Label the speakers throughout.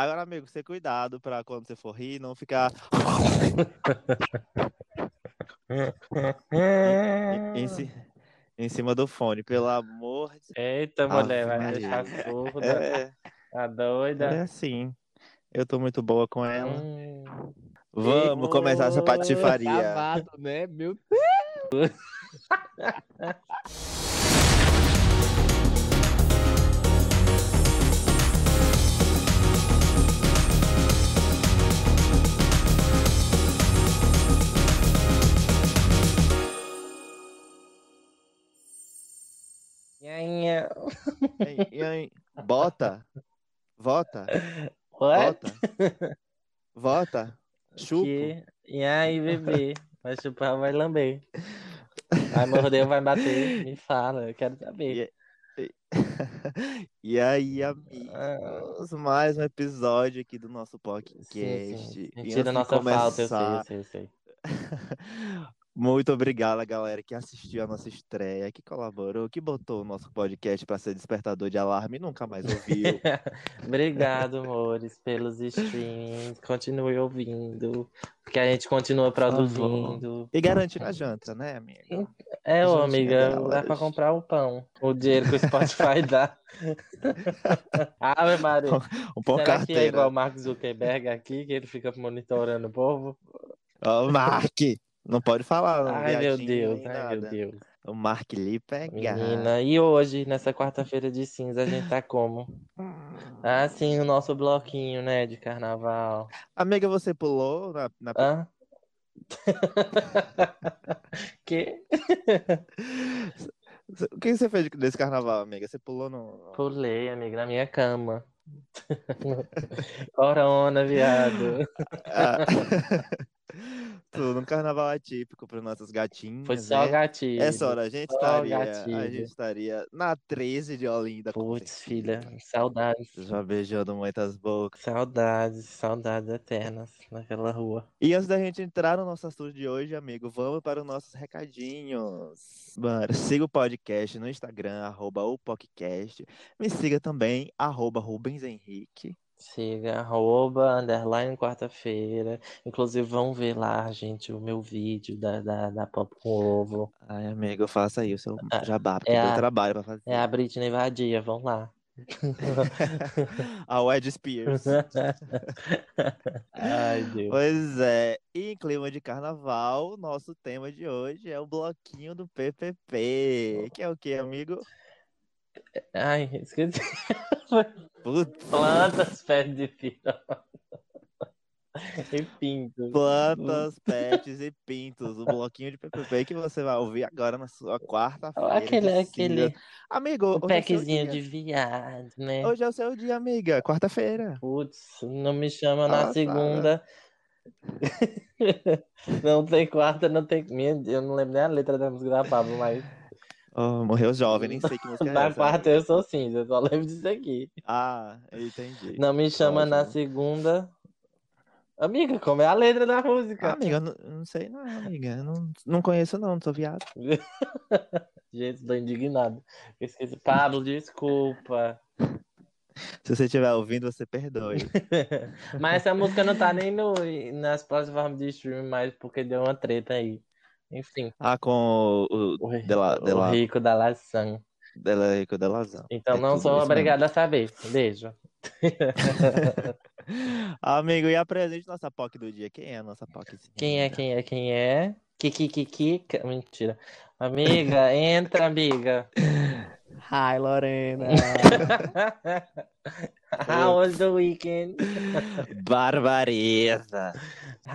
Speaker 1: Agora, amigo, você cuidado pra quando você for rir, não ficar
Speaker 2: É.
Speaker 1: em, ci- em cima do fone, pelo amor de
Speaker 2: Eita,
Speaker 1: Ave
Speaker 2: mulher, vai me
Speaker 1: Maria.
Speaker 2: deixar surda.
Speaker 1: É,
Speaker 2: Tá
Speaker 1: ela é
Speaker 2: doida?
Speaker 1: assim. Eu tô muito boa com ela.
Speaker 2: Hum.
Speaker 1: É. Vamos começar essa
Speaker 2: tá
Speaker 1: patifaria.
Speaker 3: Cavado, né? Meu
Speaker 2: Nhanhã.
Speaker 1: Ei, e aí? Bota. Vota.
Speaker 2: What?
Speaker 1: Vota. Vota. Chupa.
Speaker 2: Que... E aí, bebê? Vai chupar, vai lamber. Vai morder, vai bater. Me fala, eu quero saber.
Speaker 1: E aí,
Speaker 2: Ah,
Speaker 1: amigos, mais um episódio aqui do nosso
Speaker 2: Sim,
Speaker 1: podcast.
Speaker 2: sim.
Speaker 1: E antes
Speaker 2: Tira
Speaker 1: de
Speaker 2: nossa falta, eu sei,
Speaker 1: começar,
Speaker 2: eu sei, eu sei.
Speaker 1: Muito obrigado, galera, que assistiu a nossa estreia, que colaborou, que botou o nosso podcast para ser despertador de alarme e nunca mais ouviu.
Speaker 2: Obrigado, amores, pelos streams. Continue ouvindo, porque a gente continua produzindo.
Speaker 1: E garantir a janta, né, amigo?
Speaker 2: É, ô,
Speaker 1: Gente, é
Speaker 2: amiga, dá
Speaker 1: verdade.
Speaker 2: pra comprar o pão. O dinheiro que o Spotify dá. Ave Maria.
Speaker 1: Um pouco
Speaker 2: Será que é
Speaker 1: carteira.
Speaker 2: igual o Mark Zuckerberg aqui, que ele fica monitorando o povo?
Speaker 1: Ó, o Mark! Não pode falar, não,
Speaker 2: Ai, meu
Speaker 1: viadinho,
Speaker 2: Deus,
Speaker 1: nem
Speaker 2: ai, meu
Speaker 1: nada.
Speaker 2: Deus.
Speaker 1: O Mark lhe pega.
Speaker 2: Menina, e hoje, nessa quarta-feira de cinza, a gente tá como?
Speaker 1: Hum.
Speaker 2: Ah, sim, o nosso bloquinho, né, de carnaval.
Speaker 1: Amiga, você pulou na, na-
Speaker 2: Hã? que?
Speaker 1: O que você fez desse carnaval, amiga? Você pulou no.
Speaker 2: Pulei, amiga, na minha cama. Corona, viado.
Speaker 1: Ah. Tudo um carnaval atípico para nossas gatinhas.
Speaker 2: Foi só
Speaker 1: né?
Speaker 2: gatilho.
Speaker 1: Essa hora a gente
Speaker 2: Só
Speaker 1: estaria, a
Speaker 2: gatilho.
Speaker 1: gente estaria na 13 de Olinda. com
Speaker 2: Putz, filha, saudades.
Speaker 1: certeza. Já beijando muitas bocas.
Speaker 2: Saudades, saudades eternas naquela rua.
Speaker 1: E antes da gente entrar no nosso assunto de hoje, amigo, vamos para os nossos recadinhos. Bora, siga o podcast no Instagram, arroba o podcast. Me siga também, arroba Rubens Henrique.
Speaker 2: Siga, arroba, underline, quarta-feira. Inclusive, vão ver lá, gente, o meu vídeo da, da, da Pop com Ovo.
Speaker 1: Ai, amigo, faça aí o seu
Speaker 2: Ah,
Speaker 1: jabá, porque
Speaker 2: é
Speaker 1: deu
Speaker 2: a-
Speaker 1: trabalho pra fazer.
Speaker 2: É a Britney Vadia, vão lá.
Speaker 1: a Wed Spears.
Speaker 2: Ai, Deus.
Speaker 1: Pois é, e em clima de carnaval, nosso tema de hoje é o bloquinho do PPP, que é o que, amigo?
Speaker 2: Ai, esqueci.
Speaker 1: Putz,
Speaker 2: Plantas, pés de fila. E pinto.
Speaker 1: plantas, pets e pintos, o bloquinho de PPP que você vai ouvir agora na sua quarta-feira. de
Speaker 2: Aquele,
Speaker 1: cinza.
Speaker 2: aquele
Speaker 1: Amigo, hoje é, seu dia.
Speaker 2: packzinho de viado, né?
Speaker 1: hoje é o seu dia, amiga, quarta-feira.
Speaker 2: Putz, não me chama na
Speaker 1: Passada.
Speaker 2: segunda. não tem quarta, não tem. Minha, eu não lembro nem a letra da música da Pablo, mas
Speaker 1: Oh, morreu jovem, nem sei que música é
Speaker 2: na
Speaker 1: essa.
Speaker 2: quarta eu sou cinza, eu só lembro disso aqui.
Speaker 1: Ah, entendi.
Speaker 2: Não me chama na
Speaker 1: Ótimo.
Speaker 2: segunda. Amiga, como é a letra da música?
Speaker 1: Amiga, Ah, eu não, eu não sei não, amiga, eu não, não conheço não, não sou viado.
Speaker 2: Gente, tô indignado. Eu esqueci. Pablo, desculpa.
Speaker 1: Se você estiver ouvindo, você perdoe.
Speaker 2: Mas essa música não tá nem no, nas plataformas de streaming mais porque deu uma treta aí. Enfim.
Speaker 1: Ah, com o, o
Speaker 2: O, ri-
Speaker 1: De La- de
Speaker 2: o
Speaker 1: La-
Speaker 2: rico da laçã.
Speaker 1: Delarico Delazão.
Speaker 2: Então
Speaker 1: É
Speaker 2: não
Speaker 1: tudo
Speaker 2: sou
Speaker 1: isso
Speaker 2: obrigado a saber. Beijo.
Speaker 1: Amigo, e apresente nossa POC do dia. Quem é a nossa POC? esse
Speaker 2: Quem é,
Speaker 1: dia?
Speaker 2: quem é, quem é? Kiki, Kiki, mentira. Amiga, entra, amiga.
Speaker 3: Hi, Lorena.
Speaker 2: How was the weekend?
Speaker 1: é? Barbareza.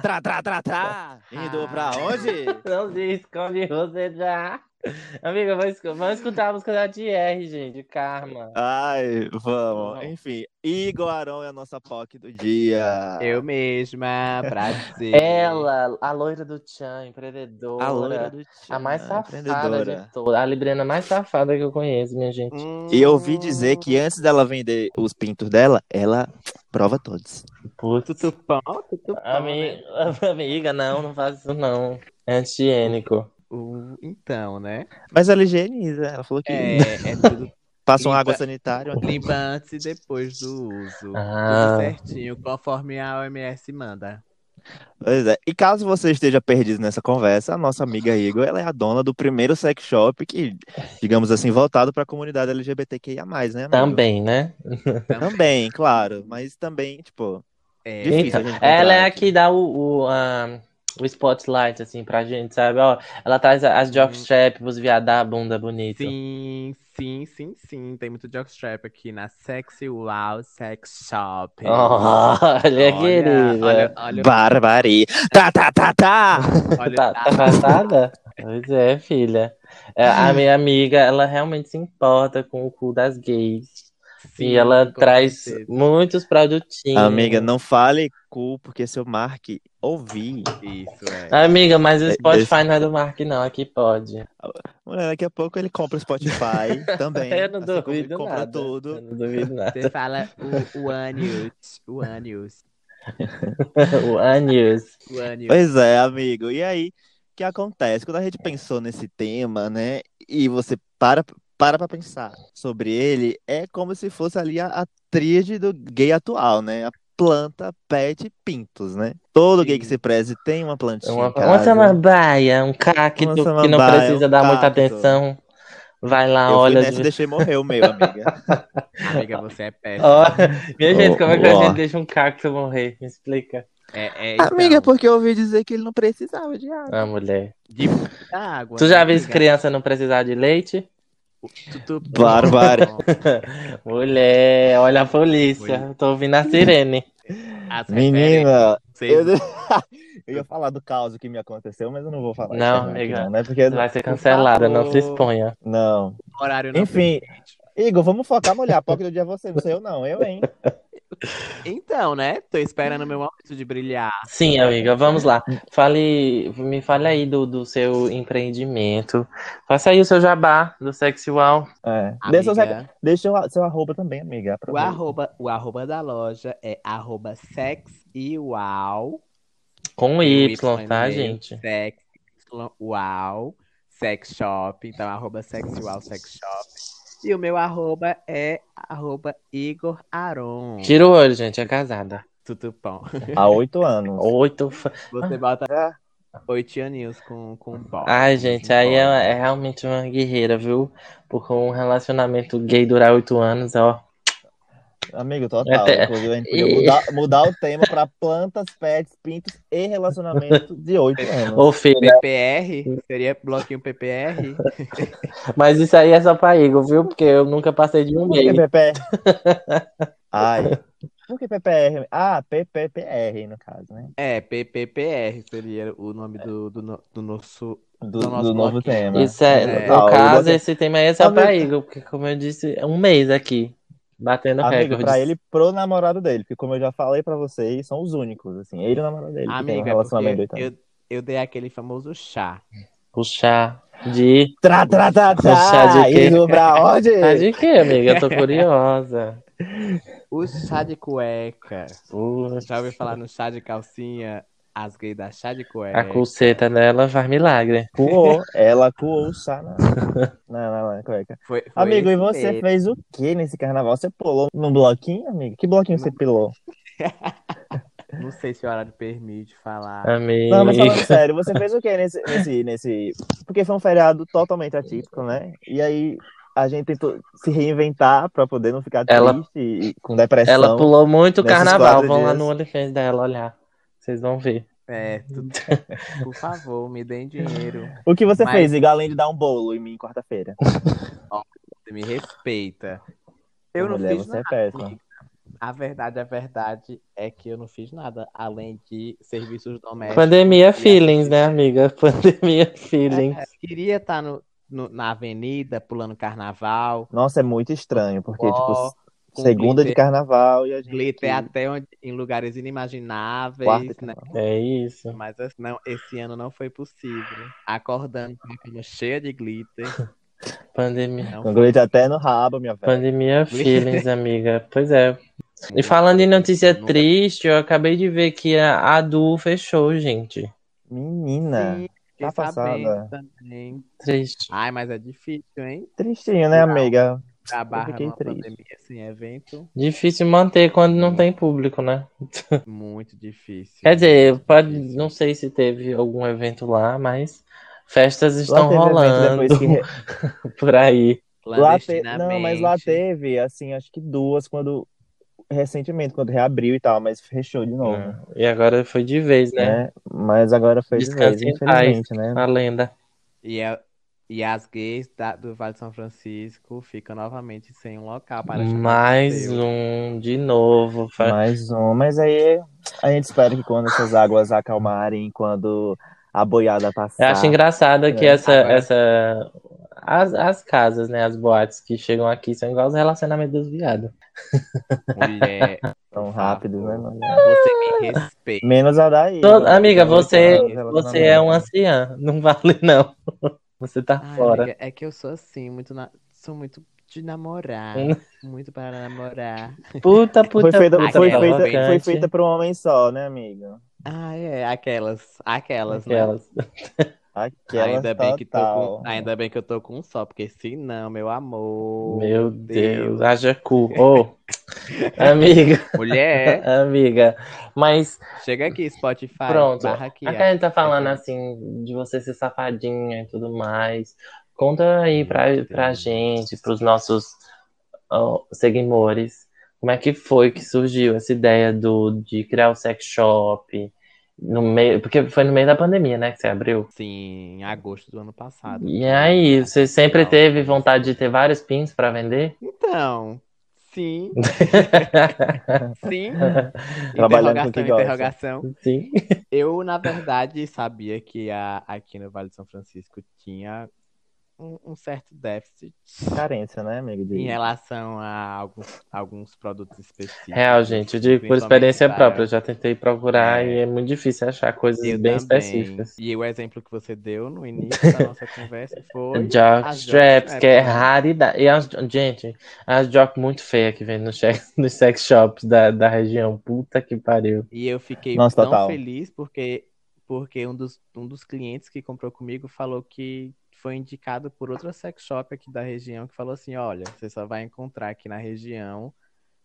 Speaker 1: Tra, tra, tra, tra. Indo pra onde?
Speaker 2: Não se esconde você já. Amiga, vamos, escu- vamos escutar a música da TR, gente. Karma.
Speaker 1: Ai, vamos.
Speaker 2: Não.
Speaker 1: Enfim, Igor Arão é a nossa POC do dia.
Speaker 3: Eu mesma, prazer.
Speaker 2: Ela, a loira do Tchan, empreendedora.
Speaker 1: A loira do
Speaker 2: A mais
Speaker 1: Tchan,
Speaker 2: safada
Speaker 1: empreendedora.
Speaker 2: de todas. A Libriana mais safada que eu conheço, minha gente.
Speaker 3: Hum.
Speaker 1: E eu ouvi dizer que antes dela vender os pintos dela, ela prova todos.
Speaker 2: Putz.
Speaker 3: Tutupão, tutupão.
Speaker 2: Ami-
Speaker 3: né?
Speaker 2: Amiga, não, não faz isso não. É antiênico.
Speaker 3: Uh, Então, né?
Speaker 1: Mas ela higieniza. Ela falou que.
Speaker 3: É, é tudo
Speaker 1: Passa uma
Speaker 3: Limpa-
Speaker 1: água sanitária. uma-
Speaker 3: Limpa antes e depois do uso.
Speaker 2: Ah.
Speaker 3: Tudo certinho, conforme a OMS manda.
Speaker 1: Pois é. E caso você esteja perdido nessa conversa, a nossa amiga Igor, ela é a dona do primeiro sex shop que, digamos assim, voltado para a comunidade LGBTQIA+, né, amigo?
Speaker 2: Também, né?
Speaker 1: Também, claro. Mas também, tipo,
Speaker 3: É,
Speaker 1: Difícil
Speaker 2: Então,
Speaker 1: a gente encontrar
Speaker 2: ela é a
Speaker 1: aqui.
Speaker 2: que dá o, o, a- o spotlight, assim, pra gente, sabe? Ó, ela traz a- as
Speaker 1: Uhum.
Speaker 2: jockstrap pros viados dar a bunda bonita.
Speaker 3: Sim, sim, sim, sim. Tem muito jockstrap aqui na Sexy Wow Sex Shop.
Speaker 2: Olha, querida.
Speaker 3: olha, olha,
Speaker 1: barbarie. Tá, tá, tá, tá!
Speaker 3: olha,
Speaker 2: Tá, tá passada? pois é, filha. É, A minha amiga, ela realmente se importa com o cu das gays. e
Speaker 3: sim,
Speaker 2: ela
Speaker 3: com
Speaker 2: traz
Speaker 3: certeza.
Speaker 2: muitos produtinhos.
Speaker 1: Amiga, não fale cu, porque se eu marque ouvir,
Speaker 3: Isso, é.
Speaker 2: Amiga, mas o
Speaker 1: É,
Speaker 2: Spotify não é do Mark, não. Aqui pode.
Speaker 1: mulher, daqui a pouco ele compra o Spotify também.
Speaker 2: Eu não
Speaker 1: assim como ele
Speaker 2: duvido
Speaker 1: compra
Speaker 2: nada.
Speaker 1: tudo.
Speaker 2: Eu não duvido nada.
Speaker 3: Você fala o, o anius, o anius,
Speaker 2: o Anius.
Speaker 3: o anius.
Speaker 1: Pois é, amigo. E aí, o que acontece? Quando a gente pensou nesse tema, né? E você para para pra pensar sobre ele, é como se fosse ali a, a tríade do gay atual, né? A planta, pet e pintos, né? Todo gay que
Speaker 3: Sim.
Speaker 1: se preze tem uma plantinha
Speaker 2: É Uma,
Speaker 1: em
Speaker 2: uma
Speaker 1: casa.
Speaker 2: samambaia, um cacto
Speaker 1: Uma
Speaker 2: que não
Speaker 1: samambaia,
Speaker 2: precisa
Speaker 1: um
Speaker 2: dar muita
Speaker 1: cacto.
Speaker 2: atenção. Vai lá,
Speaker 1: Eu fui
Speaker 2: olha.
Speaker 1: nessa e deixei morrer o meu, amiga.
Speaker 3: Amiga, você é péssima.
Speaker 2: Ó, minha gente, como é que a
Speaker 1: Ó.
Speaker 2: gente deixa um cacto morrer? Me explica.
Speaker 3: É, é,
Speaker 1: Amiga,
Speaker 3: então,
Speaker 1: porque eu ouvi dizer que ele não precisava de água.
Speaker 2: Ah, mulher.
Speaker 3: de muita água.
Speaker 2: Tu já
Speaker 3: né,
Speaker 2: viu
Speaker 3: amiga?
Speaker 2: criança não precisar de leite?
Speaker 3: Tu- tu-
Speaker 1: Bárbara.
Speaker 2: Mulher, olha a polícia.
Speaker 3: Mulher.
Speaker 2: Tô ouvindo a sirene. É
Speaker 3: As
Speaker 1: Menina, eu...
Speaker 3: referências.
Speaker 1: eu ia falar do caos que me aconteceu, mas eu não vou falar.
Speaker 2: Não,
Speaker 1: isso aqui,
Speaker 2: amiga.
Speaker 1: Não, né? Porque
Speaker 2: Vai ser cancelada, não se exponha.
Speaker 1: não.
Speaker 3: horário não
Speaker 1: Enfim.
Speaker 3: permite.
Speaker 1: Igor, vamos focar, mulher. A POC do dia é você, não sei eu não, eu, hein?
Speaker 3: Então, né? Tô esperando meu momento de brilhar.
Speaker 2: Sim, amiga, vamos lá. Fale, me fale aí do, do seu empreendimento. Faça aí o seu jabá do sexual.
Speaker 1: É. Deixa,
Speaker 3: Amiga,
Speaker 1: o seu, deixa o seu arroba também, amiga.
Speaker 3: o,
Speaker 1: aproveita.
Speaker 3: arroba, o arroba da loja é arroba sex e uau.
Speaker 2: Com
Speaker 3: Tem um
Speaker 2: Y,
Speaker 3: no
Speaker 2: tá,
Speaker 3: meio,
Speaker 2: gente?
Speaker 3: Sex, Y, uau, sex shop. Então, arroba sex, uau, sex shop. E o meu arroba é arroba Igor Aron.
Speaker 2: Tira o olho, gente, é casada.
Speaker 3: Tutupão.
Speaker 1: Há oito anos.
Speaker 2: Oito. fa-
Speaker 3: Você bota oito aninhos com, com pó.
Speaker 2: Ai, gente, aí ela é realmente uma guerreira, viu? Porque um relacionamento gay durar oito anos, ó.
Speaker 1: Amigo, total.
Speaker 2: Até-
Speaker 3: É.
Speaker 1: Inclusive, a gente
Speaker 2: E-
Speaker 1: podia mudar, mudar o tema pra plantas, pets, pintos e relacionamento de oito anos.
Speaker 2: Ô, filha,
Speaker 3: PPR? Seria bloquinho PPR?
Speaker 2: mas isso aí é só pra Igor, viu? Porque eu nunca passei de um
Speaker 1: Por que
Speaker 2: mês.
Speaker 1: PPR? Ai. Por que PPR? Ah, PPPR, no caso, né?
Speaker 3: É, PPPR seria o nome do, do, no- do nosso.
Speaker 1: Do,
Speaker 3: Do nosso
Speaker 1: do novo
Speaker 3: bloco.
Speaker 1: tema.
Speaker 2: Isso é,
Speaker 3: É.
Speaker 2: no
Speaker 1: Ah, eu
Speaker 2: caso,
Speaker 1: botei-
Speaker 2: esse tema aí é só
Speaker 1: Amigo-
Speaker 2: pra Igor, porque como eu disse, é um mês aqui, batendo
Speaker 1: Amigo,
Speaker 2: recordes.
Speaker 1: pra ele, pro namorado dele. Porque como eu já falei pra vocês, são os únicos, assim. Ele e o namorado dele. que tem um
Speaker 3: Amiga,
Speaker 1: relacionamento de
Speaker 3: é porque
Speaker 1: oito anos.
Speaker 3: eu, eu dei aquele famoso chá.
Speaker 2: Puxar de...
Speaker 1: Tra, tra, tra, tra.
Speaker 2: Chá de quê?
Speaker 1: Indo pra onde?
Speaker 2: Ah, de quê, amiga? Eu tô curiosa.
Speaker 3: O chá de cueca.
Speaker 2: Puxa,
Speaker 3: Já ouviu falar no chá de calcinha? As gays da chá de cueca.
Speaker 1: É
Speaker 2: a pulseta dela faz milagre.
Speaker 1: Coou. Ela coou o chá na, na, na- na cueca.
Speaker 3: Foi, foi
Speaker 1: Amigo, e
Speaker 3: esse
Speaker 1: você
Speaker 3: mesmo.
Speaker 1: fez o que nesse carnaval? Você pulou num bloquinho, amigo? Que bloquinho você pulou?
Speaker 3: Não sei se o horário permite
Speaker 1: É.
Speaker 3: falar.
Speaker 2: Amiga.
Speaker 1: Não, mas falando sério, você fez o que nesse, nesse, nesse... Porque foi um feriado totalmente atípico, né? E aí a gente tentou se reinventar pra poder não ficar
Speaker 2: Ela-
Speaker 1: triste e com depressão.
Speaker 2: Ela pulou muito o
Speaker 1: nesses
Speaker 2: carnaval.
Speaker 1: quatro
Speaker 2: Vão lá
Speaker 1: dias.
Speaker 2: no OnlyFans dela olhar. Vocês vão ver.
Speaker 3: É, tu- por favor, me deem dinheiro.
Speaker 1: O que você
Speaker 3: Mas-
Speaker 1: fez, Igor, além de dar um bolo em mim quarta-feira?
Speaker 3: Você me respeita. Eu não
Speaker 1: Mulher,
Speaker 3: fiz
Speaker 1: você é
Speaker 3: nada.
Speaker 1: péssima.
Speaker 3: A verdade, a verdade é que eu não fiz nada além de serviços
Speaker 2: É
Speaker 3: domésticos.
Speaker 2: Pandemia
Speaker 3: E
Speaker 2: feelings, né, amiga? Pandemia feelings.
Speaker 3: É, queria estar no- no- na avenida, pulando carnaval,
Speaker 1: Nossa, é muito estranho, porque,
Speaker 3: Ó,
Speaker 1: tipo,
Speaker 3: com
Speaker 1: segunda de
Speaker 3: glitter.
Speaker 1: carnaval e a gente
Speaker 3: glitter
Speaker 1: aqui,
Speaker 3: até onde- em lugares inimagináveis,
Speaker 1: quarta de
Speaker 3: né?
Speaker 1: carnaval.
Speaker 2: É isso.
Speaker 3: Mas assim, não, esse ano não foi possível. Acordando com a cama cheia de glitter.
Speaker 2: Pandemia.
Speaker 1: Com glitter até no rabo, minha velha.
Speaker 2: Pandemia feelings, amiga. Pois é. E falando em notícia triste, eu acabei de ver que a Adu fechou, gente.
Speaker 1: Menina,
Speaker 3: Sim,
Speaker 1: tá
Speaker 3: fiquei
Speaker 1: passada.
Speaker 3: sabendo também.
Speaker 2: Triste.
Speaker 3: Ai, mas é difícil, hein?
Speaker 1: tristinho, né, amiga?
Speaker 3: da barra
Speaker 1: fiquei
Speaker 3: numa
Speaker 1: triste.
Speaker 3: pandemia sem evento.
Speaker 2: Difícil manter quando não tem público, né?
Speaker 3: Muito difícil.
Speaker 2: Quer dizer, pode,
Speaker 3: difícil.
Speaker 2: não sei se teve algum evento lá, mas festas
Speaker 1: Lá
Speaker 2: estão
Speaker 1: teve evento
Speaker 2: rolando
Speaker 1: depois que. re-
Speaker 2: por aí.
Speaker 1: Lá te- Não, mas lá
Speaker 3: Clandestinamente.
Speaker 1: teve, assim, acho que duas quando. Recentemente, quando reabriu e tal, mas fechou de novo.
Speaker 2: Ah, E agora foi de vez, né?
Speaker 3: É.
Speaker 1: né? Mas agora foi de vez,
Speaker 2: Descanse em paz. Ah,
Speaker 1: infelizmente, né?
Speaker 2: A lenda.
Speaker 3: E, a- e as gays da- do Vale de São Francisco ficam novamente sem um local para chamar
Speaker 2: Mais
Speaker 3: seu.
Speaker 2: um, de novo. Fa-
Speaker 1: Mais um, mas aí a gente espera que quando essas águas acalmarem, quando a boiada
Speaker 2: Eu
Speaker 1: passar.
Speaker 2: acho engraçada que
Speaker 1: É,
Speaker 2: essa,
Speaker 3: agora-
Speaker 2: essa as, as casas, né, as boates que chegam aqui são igual os relacionamentos dos viados. um.
Speaker 3: Mulher.
Speaker 1: Tão
Speaker 3: por
Speaker 1: rápido,
Speaker 3: favor,
Speaker 1: né, mulher?
Speaker 3: Você me respeita.
Speaker 1: Menos a daí.
Speaker 2: Todo- Então, amiga, você
Speaker 1: Relacionamento.
Speaker 2: você é um anciã, não vale não. Você tá
Speaker 3: Ai,
Speaker 2: fora.
Speaker 3: amiga, é que eu sou assim, muito na- sou muito de namorar.
Speaker 2: Hum.
Speaker 3: muito para namorar.
Speaker 2: Puta, puta,
Speaker 1: Foi feita,
Speaker 2: puta,
Speaker 1: foi, feita,
Speaker 2: provocante.
Speaker 1: foi feita por um homem só, né, amiga?
Speaker 3: Ah, é, aquelas, aquelas, né?
Speaker 2: Aquelas.
Speaker 1: Aquela
Speaker 3: Ainda bem, que tô
Speaker 1: total.
Speaker 3: com, ainda bem que eu tô com um só, porque se não, meu amor.
Speaker 1: Oh,
Speaker 2: Meu Deus, haja cu. Ô,
Speaker 1: É.
Speaker 2: amiga,
Speaker 3: Mulher,
Speaker 2: amiga. Mas
Speaker 3: chega aqui, Spotify.
Speaker 2: Pronto.
Speaker 3: Barra aqui.
Speaker 2: a Karen tá falando
Speaker 3: aqui.
Speaker 2: assim de você ser safadinha e tudo mais. Conta aí pra, pra gente, pros nossos ó, seguidores, como é que foi que surgiu essa ideia do, de criar o sex shop no meio, porque foi no meio da pandemia, né, que você abriu.
Speaker 3: Sim, em agosto do ano passado.
Speaker 2: E é aí, você sempre teve vontade de ter vários pins pra vender?
Speaker 3: Então, sim, sim.
Speaker 1: Trabalhando com o
Speaker 3: interrogação,
Speaker 1: que
Speaker 3: interrogação.
Speaker 2: Sim.
Speaker 3: Eu, na verdade, sabia que a, aqui no Vale de São Francisco tinha um, um certo déficit
Speaker 1: Carência, né, amiga? De-
Speaker 3: em relação a alguns, alguns produtos específicos.
Speaker 2: Real, gente, eu digo por
Speaker 3: principalmente
Speaker 2: experiência
Speaker 3: para-
Speaker 2: própria, eu já tentei procurar
Speaker 3: É.
Speaker 2: e é muito difícil achar coisas
Speaker 3: Eu
Speaker 2: bem
Speaker 3: também.
Speaker 2: específicas.
Speaker 3: E o exemplo que você deu no início da nossa conversa foi. as né?
Speaker 2: Jockstraps,
Speaker 3: jockstraps.
Speaker 2: que é raridade. E as, gente, as jock muito feia que vem no che- nos sex shops da, da região. Puta que pariu.
Speaker 3: E eu fiquei
Speaker 1: Nossa,
Speaker 3: tão
Speaker 1: total.
Speaker 3: feliz porque, porque um, dos, um dos clientes que comprou comigo falou que foi indicado por outra sex shop aqui da região que falou assim: olha, você só vai encontrar aqui na região,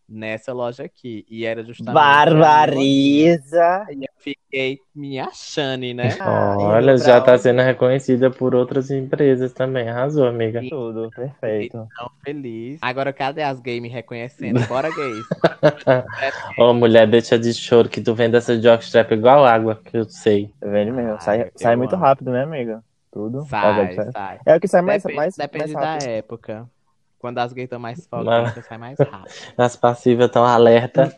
Speaker 3: nessa loja aqui. E era justamente. a minha loja.
Speaker 1: Barbariza!
Speaker 3: E eu fiquei me achando, né?
Speaker 1: Ah,
Speaker 2: Olha,
Speaker 1: indo pra
Speaker 2: já tá
Speaker 1: onde?
Speaker 2: sendo reconhecida por outras empresas também. Arrasou, amiga.
Speaker 1: Tudo, perfeito.
Speaker 3: Tão feliz. Agora, cadê as gays me reconhecendo? Bora, gays.
Speaker 2: Ô, mulher, deixa de choro que tu vende essa jockstrap igual água, que eu sei.
Speaker 1: Vende mesmo.
Speaker 3: Ah,
Speaker 1: Tá Sai,
Speaker 3: eu
Speaker 1: sai muito
Speaker 3: amo.
Speaker 1: rápido, né, amiga? Tudo.
Speaker 3: Sai, sai.
Speaker 1: É o que sai mais,
Speaker 3: depende
Speaker 1: mais,
Speaker 3: depende
Speaker 1: mais rápido.
Speaker 3: da época. Quando as gays estão mais
Speaker 2: Mas-
Speaker 3: folgadas, sai mais rápido.
Speaker 2: As passivas tão alerta.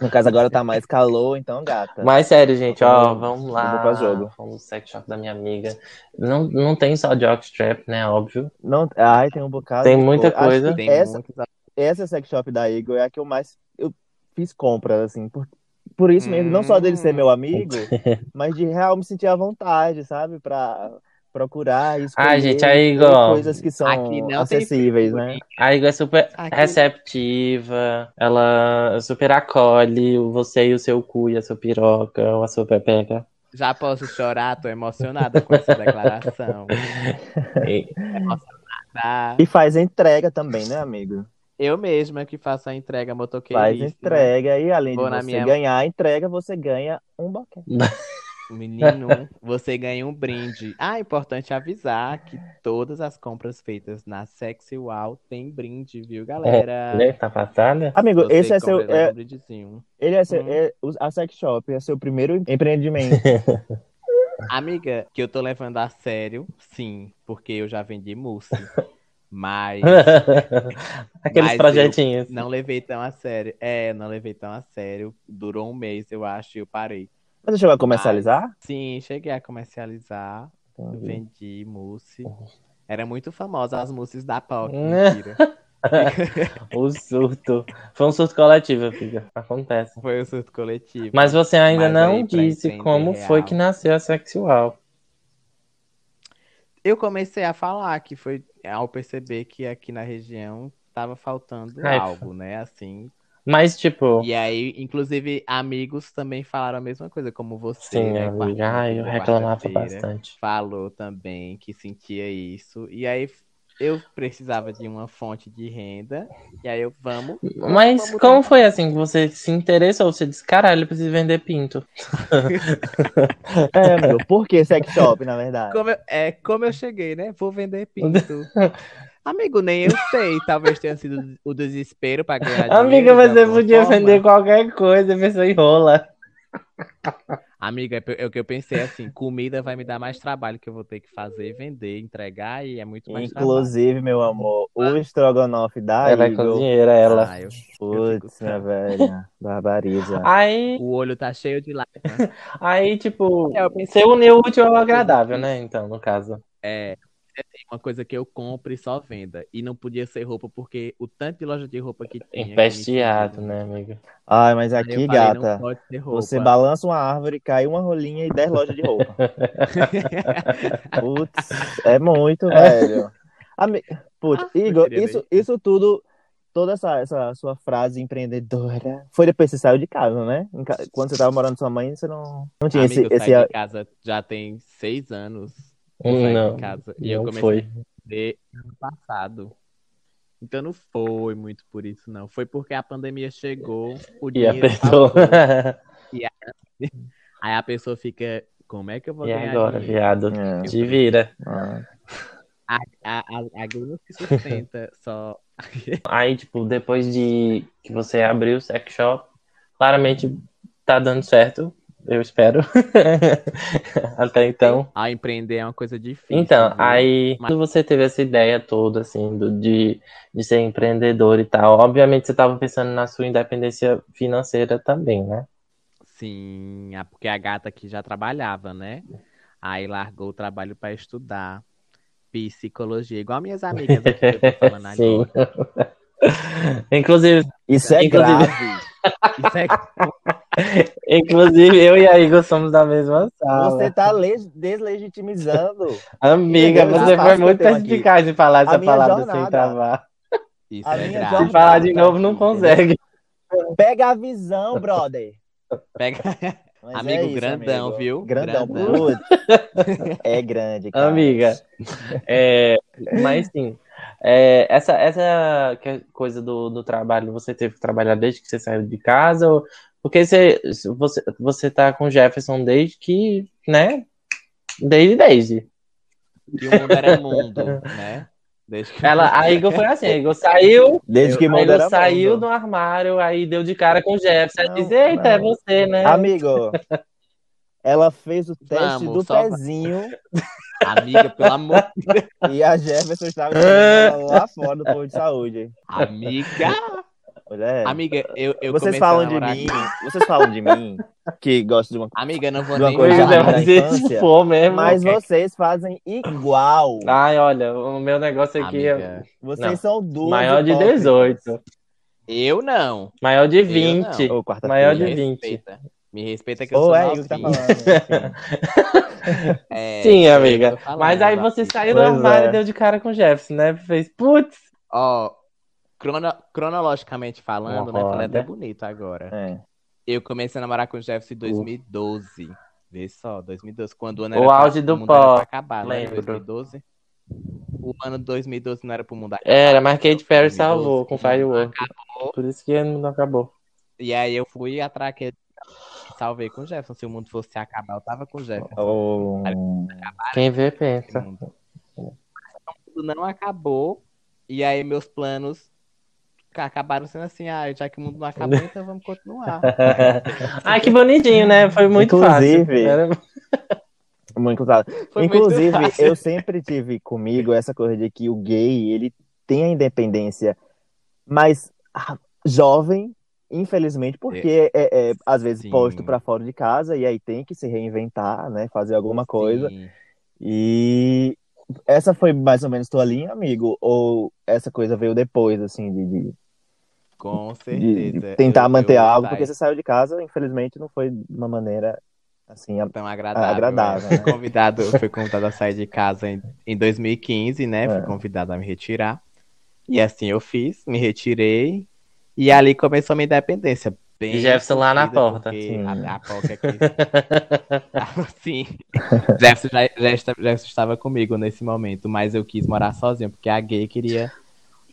Speaker 1: No caso, agora tá mais calor, então, gata.
Speaker 2: Mas sério, gente, ó,
Speaker 1: Vamos-
Speaker 2: vamos
Speaker 1: vamos
Speaker 2: lá.
Speaker 1: pra jogo.
Speaker 2: Vamos no sex shop da minha amiga. Não, não tem só jockstrap, né? Óbvio.
Speaker 1: Não, ai, tem um bocado.
Speaker 2: Tem
Speaker 1: de
Speaker 2: muita
Speaker 1: Acho que
Speaker 2: coisa.
Speaker 3: Tem
Speaker 1: essa,
Speaker 3: muitos a-
Speaker 1: essa sex shop da Igor é a que eu mais eu fiz compras, assim. Por, por isso mesmo, não só dele
Speaker 2: Hum.
Speaker 1: ser meu amigo, mas de real me sentir à vontade, sabe? Pra procurar e escolher
Speaker 2: Ai, gente, a Igor.
Speaker 1: coisas que são
Speaker 3: Aqui não tem
Speaker 1: acessíveis, né?
Speaker 2: A Igor é super
Speaker 3: Aqui-
Speaker 2: receptiva, ela super acolhe você e o seu cu e a sua piroca ou a sua pepeca.
Speaker 1: é
Speaker 3: Já posso chorar, tô emocionada com essa declaração.
Speaker 2: E-
Speaker 3: Tá?
Speaker 1: E faz entrega também, né, amigo?
Speaker 3: Eu mesma que faço a entrega motoqueirista.
Speaker 1: Faz entrega e além de
Speaker 3: né? Vou na
Speaker 1: você
Speaker 3: minha-
Speaker 1: ganhar a entrega, você ganha um boquete.
Speaker 3: Menino, você ganha um brinde. Ah, é importante avisar que todas as compras feitas na Sexual tem brinde, viu, galera?
Speaker 2: né, tá passada?
Speaker 1: É, Amigo,
Speaker 3: Você
Speaker 1: esse é seu.
Speaker 3: compra lá
Speaker 1: é-
Speaker 3: um brindezinho.
Speaker 1: ele é seu-
Speaker 3: Hum.
Speaker 1: é- o- a sex shop é seu primeiro empreendimento.
Speaker 3: Amiga, que eu tô levando a sério, sim, porque eu já vendi mousse. Mas
Speaker 2: Aqueles
Speaker 3: Mas
Speaker 2: projetinhos.
Speaker 3: não levei tão a sério. É, não levei tão a sério. Durou um mês, eu acho, e eu parei.
Speaker 1: Mas chegou a comercializar?
Speaker 3: Sim, cheguei a comercializar.
Speaker 2: Uhum.
Speaker 3: Vendi mousse. Era muito famosa as mousses da POC,
Speaker 2: Né?
Speaker 3: mentira.
Speaker 2: O surto. Foi um surto coletivo, filha. Acontece.
Speaker 3: Foi o surto coletivo.
Speaker 2: Mas você ainda
Speaker 3: Mas
Speaker 2: não
Speaker 3: aí, pra
Speaker 2: disse
Speaker 3: entender
Speaker 2: como
Speaker 3: real.
Speaker 2: foi que nasceu a sexual.
Speaker 3: Eu comecei a falar que foi ao perceber que aqui na região tava faltando
Speaker 2: Ai,
Speaker 3: algo, né? Assim,
Speaker 2: Mas, tipo,
Speaker 3: E aí, inclusive, amigos também falaram a mesma coisa, como você,
Speaker 2: sim,
Speaker 3: né?
Speaker 2: amiga.
Speaker 3: quarta-
Speaker 2: Ai, eu reclamava
Speaker 3: quarta-feira,
Speaker 2: bastante.
Speaker 3: Falou também que sentia isso. E aí Eu precisava de uma fonte de renda. E aí eu, vamos.
Speaker 2: Mas
Speaker 3: vamos
Speaker 2: como
Speaker 3: tentar.
Speaker 2: foi assim que você se interessou? Você disse, caralho, eu preciso vender pinto.
Speaker 1: É, amigo, por que sex shop, na verdade?
Speaker 3: Como eu, é, como eu cheguei, né? Vou vender pinto. Amigo, nem eu sei. Talvez tenha sido o desespero pra ganhar dinheiro.
Speaker 2: Amiga,
Speaker 3: de
Speaker 2: mas é você
Speaker 3: alguma
Speaker 2: podia
Speaker 3: forma.
Speaker 2: vender qualquer coisa, a pessoa enrola.
Speaker 3: Amiga, é pe- é o que eu pensei assim: comida vai me dar mais trabalho que eu vou ter que fazer, vender, entregar e é muito mais trabalho.
Speaker 1: Inclusive, meu amor, o estrogonofe da
Speaker 2: Ela é
Speaker 1: Eagle.
Speaker 2: cozinheira, ela.
Speaker 3: Ah, eu- eu fico
Speaker 1: Putz, minha velha, barbariza.
Speaker 2: Aí,
Speaker 3: O olho tá cheio de lágrimas.
Speaker 2: aí, tipo,
Speaker 3: É, eu
Speaker 2: você uniu o útil ao agradável, né? Então, no caso.
Speaker 3: É, tem uma coisa que eu compro e só venda. E não podia ser roupa, porque o tanto de loja de roupa que tinha. que me
Speaker 2: Empesteado,
Speaker 3: pedia.
Speaker 2: né, amiga?
Speaker 1: Ai, mas
Speaker 3: Aí eu
Speaker 1: aqui,
Speaker 3: falei,
Speaker 1: gata,
Speaker 3: Não pode ser roupa.
Speaker 1: você balança uma árvore, cai uma rolinha e 10 lojas de roupa. Putz, é muito, velho. Ami... Putz,
Speaker 3: Ah,
Speaker 1: Igor,
Speaker 3: queria
Speaker 1: isso, isso tudo, toda essa, essa sua frase empreendedora, foi depois que você saiu de casa, né? Em ca- Quando você tava morando com sua mãe, você não, não tinha
Speaker 3: Amigo,
Speaker 1: esse,
Speaker 3: eu
Speaker 1: esse
Speaker 3: saí de casa já tem seis anos. Eu saí de
Speaker 2: Não,
Speaker 3: casa. E eu
Speaker 2: não
Speaker 3: comecei
Speaker 2: foi.
Speaker 3: a vender ano passado. Então não foi muito por isso, não. Foi porque a pandemia chegou, o
Speaker 2: E
Speaker 3: dinheiro
Speaker 2: apertou.
Speaker 3: faltou. Aí a pessoa fica, como é que eu vou
Speaker 2: E
Speaker 3: ganhar
Speaker 2: agora,
Speaker 3: dinheiro?
Speaker 2: viado?
Speaker 1: É,
Speaker 2: Te vira.
Speaker 1: ah.
Speaker 3: A, a, a Gui não se sustenta só.
Speaker 2: Aí, tipo, depois de que você abriu o sex shop, claramente tá dando certo, eu espero. Até então.
Speaker 3: A empreender é uma coisa difícil.
Speaker 2: Então,
Speaker 3: viu?
Speaker 2: aí, quando você teve essa ideia toda, assim, do- de, de ser empreendedor e tal, obviamente você tava pensando na sua independência financeira também, né?
Speaker 3: Sim, é porque a gata aqui já trabalhava, né? Aí largou o trabalho para estudar psicologia, igual minhas amigas aqui que eu tô falando
Speaker 2: Sim.
Speaker 3: agora.
Speaker 2: Inclusive,
Speaker 1: Isso é
Speaker 2: Inclusive-
Speaker 1: grave.
Speaker 3: Isso é
Speaker 2: inclusive, eu e a Igor somos da mesma sala.
Speaker 1: Você tá le- deslegitimizando
Speaker 2: Amiga,
Speaker 1: Meu Deus,
Speaker 2: você
Speaker 1: rapaz,
Speaker 2: foi
Speaker 1: que
Speaker 2: muito
Speaker 1: eu tenho aqui.
Speaker 2: perspicaz em falar
Speaker 1: A
Speaker 2: essa
Speaker 1: minha
Speaker 2: palavra sem
Speaker 1: jornada.
Speaker 2: travar.
Speaker 3: Isso
Speaker 1: A
Speaker 3: é
Speaker 1: minha tá
Speaker 3: grave.
Speaker 2: Se falar de
Speaker 1: jornada
Speaker 2: novo, não consegue.
Speaker 1: Pega a visão, brother.
Speaker 3: Pega...
Speaker 1: Mas
Speaker 3: Amigo,
Speaker 1: é isso,
Speaker 3: grandão,
Speaker 1: amigo.
Speaker 3: viu?
Speaker 1: Grandão,
Speaker 3: Grandão.
Speaker 1: putz. É grande, cara.
Speaker 2: Amiga, é, mas sim, é, essa, essa que- é coisa do, do trabalho, você teve que trabalhar desde que você saiu de casa? Ou, porque você, você, você tá com o Jefferson desde que, né? Desde, desde.
Speaker 3: E o mundo era mundo, né? Deixa que...
Speaker 2: Ela, a Igor foi assim, a Igor saiu,
Speaker 1: Desde que é
Speaker 2: a
Speaker 1: mundo era
Speaker 2: Igor saiu
Speaker 1: mundo.
Speaker 2: do armário, aí deu de cara com o Jefferson, aí
Speaker 1: Não,
Speaker 2: disse, eita,
Speaker 1: não.
Speaker 2: é você, né?
Speaker 1: Amigo, ela fez o teste
Speaker 3: Vamos,
Speaker 1: do
Speaker 3: só vai.
Speaker 1: pezinho
Speaker 3: Amiga, pelo amor.
Speaker 1: e a Jefferson estava esperando ela lá fora do posto de saúde.
Speaker 3: Amiga!
Speaker 1: Mulher,
Speaker 3: Amiga, eu, eu
Speaker 1: vocês
Speaker 3: comecei a
Speaker 1: falam de
Speaker 3: namorar
Speaker 1: mim,
Speaker 3: aqui.
Speaker 1: vocês falam de mim que gosto de uma
Speaker 3: Amiga, não vou
Speaker 1: De uma
Speaker 3: nem
Speaker 1: coisa
Speaker 2: Pois é,
Speaker 1: da
Speaker 3: falar.
Speaker 2: mas isso
Speaker 1: infância.
Speaker 2: for mesmo.
Speaker 1: mas vocês fazem igual.
Speaker 2: Ai, olha, o meu negócio aqui é
Speaker 3: Amiga,
Speaker 1: Vocês
Speaker 2: Ah, não.
Speaker 1: são duas.
Speaker 2: maior de 18,
Speaker 3: eu não.
Speaker 2: maior de
Speaker 3: Eu
Speaker 2: 20.
Speaker 1: Ou quarta
Speaker 2: Maior É de
Speaker 3: Me
Speaker 2: 20.
Speaker 3: respeita. Me respeita que eu
Speaker 1: Ou
Speaker 3: sou
Speaker 1: é Igor que tá
Speaker 3: novinho.
Speaker 1: falando. enfim.
Speaker 3: É,
Speaker 2: Sim,
Speaker 3: eu
Speaker 2: amiga.
Speaker 3: tô falando,
Speaker 2: Mas aí você
Speaker 3: assim.
Speaker 2: saiu do
Speaker 1: Pois
Speaker 2: armário
Speaker 1: é.
Speaker 2: e deu de cara com o Jefferson, né? Fez, putz,
Speaker 3: Ó, crono- cronologicamente falando, né? Falei até
Speaker 2: Olha.
Speaker 3: bonito agora.
Speaker 1: É.
Speaker 3: Eu comecei a namorar com o Jefferson em 2012. Vê só, 2012. Quando o ano
Speaker 2: O
Speaker 3: era pra-
Speaker 2: auge do
Speaker 3: o mundo era
Speaker 2: pó,
Speaker 3: pra acabar, né?
Speaker 2: lembro.
Speaker 3: 2012. O ano 2012 não era pro mundo
Speaker 1: É.
Speaker 3: acabar.
Speaker 2: era, mas Kate Perry
Speaker 3: 2012,
Speaker 2: salvou com
Speaker 3: o mundo
Speaker 2: Firework.
Speaker 3: acabou.
Speaker 2: Por isso que não acabou.
Speaker 3: E aí eu fui atrás que salvei com o Jefferson. Se o mundo fosse acabar, eu tava com o
Speaker 1: É.
Speaker 3: Jefferson.
Speaker 1: Ou-
Speaker 2: Quem vê,
Speaker 3: Esse
Speaker 2: pensa.
Speaker 3: mundo. Então, o mundo não acabou. E aí meus planos ca- acabaram sendo assim, ah, já que o mundo não acabou, então vamos continuar.
Speaker 2: Ai, que bonitinho, né? Foi muito
Speaker 1: Inclusive,
Speaker 2: fácil. Era-
Speaker 1: Muito usado.
Speaker 3: Foi muito
Speaker 1: Inclusive,
Speaker 3: fácil.
Speaker 1: eu sempre tive comigo essa coisa de que o gay, ele tem a independência, mas ah, jovem, infelizmente, porque é, é, às vezes
Speaker 3: Sim.
Speaker 1: posto pra fora de casa e aí tem que se reinventar, né, fazer alguma coisa.
Speaker 3: Sim.
Speaker 1: E essa foi mais ou menos tua linha, amigo? Ou essa coisa veio depois, assim, de, de-
Speaker 3: Com
Speaker 1: de- de
Speaker 3: certeza.
Speaker 1: tentar
Speaker 3: Eu-
Speaker 1: manter
Speaker 3: eu
Speaker 1: algo?
Speaker 3: saí
Speaker 1: Porque você saiu de casa, infelizmente, não foi de uma maneira, assim, a-
Speaker 3: tão agradável.
Speaker 1: agradável,
Speaker 3: né?
Speaker 1: né?
Speaker 3: Fui convidado, fui convidado a sair de casa em, em 2015, né? Fui
Speaker 1: É.
Speaker 3: convidado a me retirar. E assim eu fiz, me retirei. E ali começou a minha independência. bem
Speaker 2: E Jefferson lá na
Speaker 3: sofrida,
Speaker 2: porta.
Speaker 3: porque
Speaker 1: Sim.
Speaker 3: A, a POC aqui. Ah, Sim. Jefferson, já, já esta- Jefferson estava comigo nesse momento, mas eu quis morar sozinho, porque a gay queria,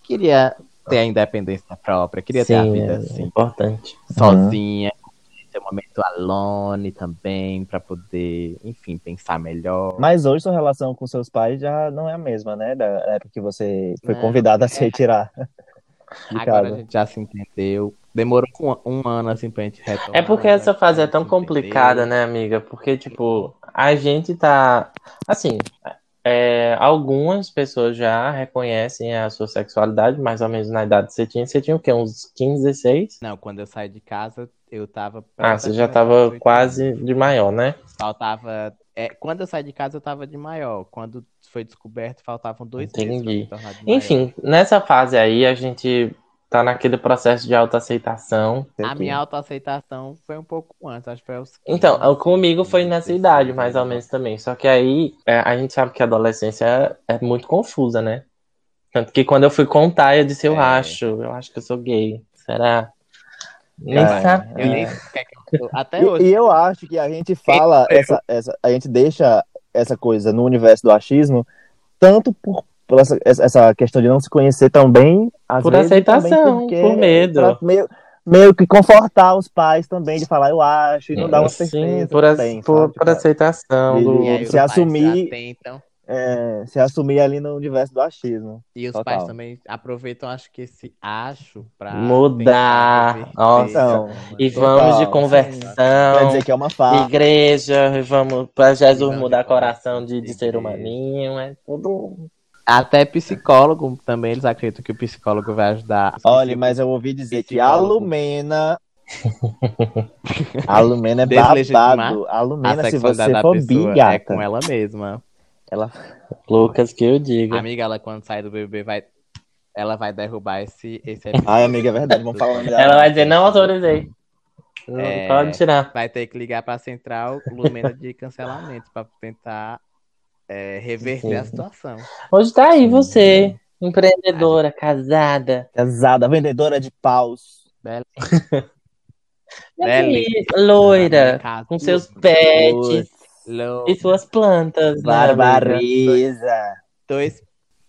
Speaker 3: queria ter a independência própria, queria ter a
Speaker 2: Sim,
Speaker 3: vida
Speaker 2: é
Speaker 3: assim,
Speaker 2: importante.
Speaker 3: sozinha, ter um momento alone também, pra poder, enfim, pensar melhor.
Speaker 1: Mas hoje sua relação com seus pais já não é a mesma, né? Da época que você foi
Speaker 3: Não, é.
Speaker 1: convidado a se retirar de
Speaker 3: Agora a
Speaker 1: casa.
Speaker 3: gente já se entendeu. Demorou um, um ano assim pra gente retomar. né?
Speaker 2: É porque essa fase é tão complicada, né, amiga? Porque, tipo, a gente tá. Assim, é, algumas pessoas já reconhecem a sua sexualidade, mais ou menos na idade que você tinha. Você tinha o quê? Uns 15, 16?
Speaker 3: Não, quando eu saí de casa, eu tava.
Speaker 2: Ah, você já
Speaker 3: praticamente
Speaker 2: tava
Speaker 3: 18
Speaker 2: quase
Speaker 3: anos.
Speaker 2: de maior, né?
Speaker 3: Faltava. é, quando eu saí de casa, eu tava de maior. Quando foi descoberto, faltavam dois meses pra
Speaker 2: Entendi.
Speaker 3: me tornar de maior.
Speaker 2: Enfim, nessa fase aí, a gente tá naquele processo de autoaceitação.
Speaker 3: A minha autoaceitação foi um pouco antes, acho que foi aos 15,
Speaker 2: Então, comigo foi
Speaker 3: 16,
Speaker 2: nessa idade,
Speaker 3: 16,
Speaker 2: mais ou menos também. Só que aí é, a gente sabe que a adolescência é, é muito confusa, né? Tanto que quando eu fui contar, eu disse, eu
Speaker 3: É.
Speaker 2: acho, eu acho que eu sou gay. Será? Nem
Speaker 1: Cara,
Speaker 2: sabia.
Speaker 3: Eu nem sei o que é que eu sou. Até
Speaker 1: E,
Speaker 3: hoje.
Speaker 1: e eu acho que a gente fala
Speaker 2: É.
Speaker 1: essa, essa, a gente deixa essa coisa no universo do achismo tanto por, por essa, essa- essa questão de não se conhecer também, às
Speaker 2: Por
Speaker 1: vezes,
Speaker 2: aceitação,
Speaker 1: também porque-
Speaker 2: por medo.
Speaker 1: pra meio, meio que confortar os pais também de falar eu acho e não dar uma
Speaker 2: É, Sim,
Speaker 1: certeza
Speaker 2: por, ac-
Speaker 1: também,
Speaker 2: por-
Speaker 1: sabe?
Speaker 2: por
Speaker 1: Tipo,
Speaker 2: aceitação
Speaker 1: E-
Speaker 2: do
Speaker 3: E aí, os
Speaker 1: se
Speaker 2: outro.
Speaker 3: pais
Speaker 1: assumir-
Speaker 3: atentam,
Speaker 1: é, se assumir ali no universo do achismo.
Speaker 3: e os
Speaker 1: Total.
Speaker 3: pais também aproveitam, acho que esse acho pra.
Speaker 2: Mudar.
Speaker 3: tentar reverter
Speaker 2: Nossa.
Speaker 3: essa forma.
Speaker 2: E vamos de
Speaker 1: Total. Quer
Speaker 2: conversão,
Speaker 1: dizer que é uma farra.
Speaker 2: igreja, e vamos pra Jesus
Speaker 3: tá. Vamos de
Speaker 2: mudar
Speaker 3: conversão,
Speaker 2: coração de, de
Speaker 3: de
Speaker 2: ser
Speaker 3: igreja.
Speaker 2: humaninho, é tudo.
Speaker 3: Até psicólogo também, eles acreditam que o psicólogo vai ajudar.
Speaker 1: Olha, mas eu ouvi dizer que a
Speaker 3: Psicólogo.
Speaker 1: Lumena. A Lumena é
Speaker 3: Deslegitimar
Speaker 1: babado. A
Speaker 3: a
Speaker 1: Lumena, se
Speaker 3: sexualidade
Speaker 1: você
Speaker 3: da
Speaker 1: for
Speaker 3: pessoa
Speaker 1: bi,
Speaker 3: é
Speaker 1: gata,
Speaker 3: com ela mesma.
Speaker 1: ela
Speaker 2: Lucas, que eu digo.
Speaker 3: Amiga, ela quando sai do BBB vai ela vai derrubar esse esse episódio.
Speaker 1: Ai, amiga, é verdade. Vamos falar o nome dela.
Speaker 2: Ela vai dizer, não autorizei. Não
Speaker 3: É.
Speaker 2: pode tirar.
Speaker 3: Vai ter que ligar pra central Lumena de cancelamento pra tentar é, reverter a situação.
Speaker 2: Hoje tá aí você,
Speaker 1: Uhum.
Speaker 2: empreendedora, casada.
Speaker 1: Casada, vendedora de paus.
Speaker 2: E
Speaker 1: Né,
Speaker 2: aí,
Speaker 3: Belíssima.
Speaker 2: loira,
Speaker 3: Caso-
Speaker 1: Uhum.
Speaker 2: com seus pets e
Speaker 3: Lou-
Speaker 2: suas plantas. né, amiga?
Speaker 1: Barbariza.
Speaker 3: dois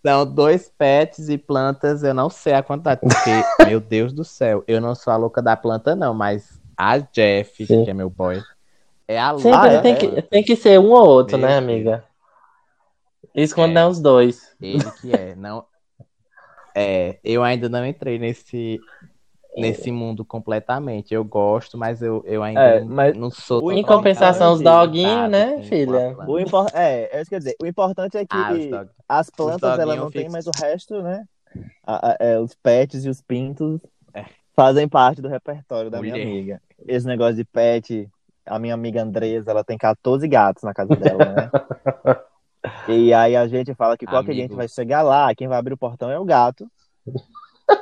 Speaker 3: são dois pets e plantas, eu não sei a quantidade, porque, meu Deus do céu, eu não sou a louca da planta, não, mas a Jeff,
Speaker 2: Sim.
Speaker 3: que é meu boy, é a louca.
Speaker 2: Sempre
Speaker 1: Ah, é?
Speaker 2: tem, que, tem que ser um ou outro,
Speaker 3: Meu
Speaker 2: né,
Speaker 3: Deus.
Speaker 2: amiga? Esconder
Speaker 3: É.
Speaker 2: os dois.
Speaker 3: Ele que é, não. É, eu ainda não entrei nesse, nesse mundo completamente. Eu gosto, mas eu, eu ainda
Speaker 1: É,
Speaker 3: não,
Speaker 1: mas
Speaker 3: não
Speaker 1: o
Speaker 3: sou.
Speaker 2: Em
Speaker 3: totalmente
Speaker 2: compensação, os
Speaker 1: Entendi.
Speaker 2: doguinhos,
Speaker 3: conectado
Speaker 2: né,
Speaker 3: com- com a
Speaker 2: filha?
Speaker 3: planta.
Speaker 1: O impor... É, é isso que eu ia dizer. O importante é que
Speaker 3: Ah, os dog-
Speaker 1: as
Speaker 3: os
Speaker 1: plantas
Speaker 3: doguinhos
Speaker 1: ela não tem,
Speaker 3: fixos.
Speaker 1: mas o resto, né? A- a- é, os pets e os pintos
Speaker 3: É.
Speaker 1: fazem parte do repertório da minha
Speaker 3: Mulher.
Speaker 1: amiga. Esse negócio de pet, a minha amiga Andresa, ela tem 14 gatos na casa dela, né? E aí a gente fala que qualquer dia a gente
Speaker 3: Amigo.
Speaker 1: vai chegar lá, quem vai abrir o portão é o gato.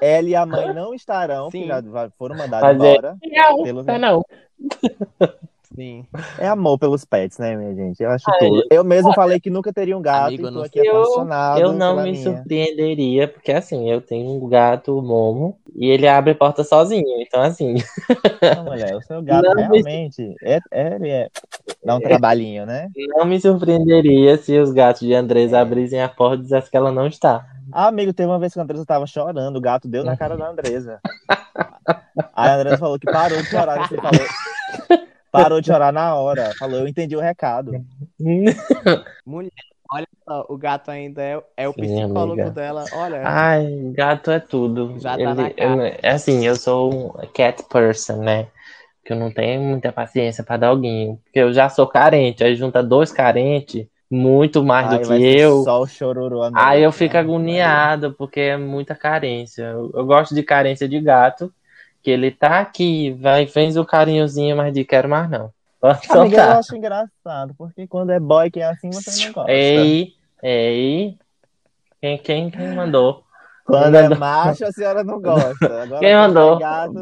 Speaker 1: Ela e a mãe não estarão,
Speaker 3: Sim.
Speaker 1: que já va- foram mandadas
Speaker 2: Mas é-
Speaker 1: embora.
Speaker 2: Não,
Speaker 1: Pelo-
Speaker 2: tá não.
Speaker 3: Sim.
Speaker 1: É amor pelos pets, né, minha gente? Eu acho tudo. Eu mesmo falei que nunca teria um gato
Speaker 3: Amigo,
Speaker 1: e tô
Speaker 3: não
Speaker 1: aqui
Speaker 2: sei. Eu-
Speaker 1: apaixonado
Speaker 2: Eu não
Speaker 1: Tá pela
Speaker 2: me
Speaker 1: minha.
Speaker 2: surpreenderia, porque assim, eu tenho um gato, o Momo, e ele abre a porta sozinho. Então, assim,
Speaker 1: Não, mulher, o seu gato
Speaker 2: Não, mas-
Speaker 1: realmente é, é- ele é- dá um trabalhinho, né?
Speaker 2: não me surpreenderia se os gatos de Andresa
Speaker 1: É.
Speaker 2: abrissem a porta e dissessem que ela não está.
Speaker 1: Ah, amigo, teve uma vez que a Andresa tava chorando, o gato deu na cara da Andresa. Aí a Andresa falou que parou de chorar, você falou. Parou de chorar na hora. Falou, eu entendi o recado. É.
Speaker 3: Mulher, olha só, o gato ainda é, é o
Speaker 2: Sim,
Speaker 3: psicólogo
Speaker 2: amiga.
Speaker 3: dela. Olha,
Speaker 2: Ai, gato é tudo.
Speaker 3: Já tá
Speaker 2: Ele-
Speaker 3: na cara.
Speaker 2: eu- é assim, eu sou um cat person, né? Que eu não tenho muita paciência pra doguinho. Porque eu já sou carente, aí junta dois carentes, muito mais
Speaker 1: Aí
Speaker 2: do
Speaker 1: vai
Speaker 2: que
Speaker 1: ser
Speaker 2: eu.
Speaker 1: só o chororô à noite,
Speaker 2: Aí eu fico
Speaker 1: né?
Speaker 2: agoniado, porque é muita carência. Eu, eu gosto de carência de gato, que ele tá aqui, vai, fez o carinhozinho, mas de quero mais não. Pode
Speaker 1: Amiga, eu
Speaker 2: soltar.
Speaker 1: acho engraçado, porque quando é boy que é assim, você não gosta.
Speaker 2: Ei, ei. Quem, quem, quem mandou?
Speaker 1: Quando é
Speaker 2: Não.
Speaker 1: macho, a senhora não gosta. Agora,
Speaker 2: Quem
Speaker 1: quando é
Speaker 2: mandou?
Speaker 1: gato-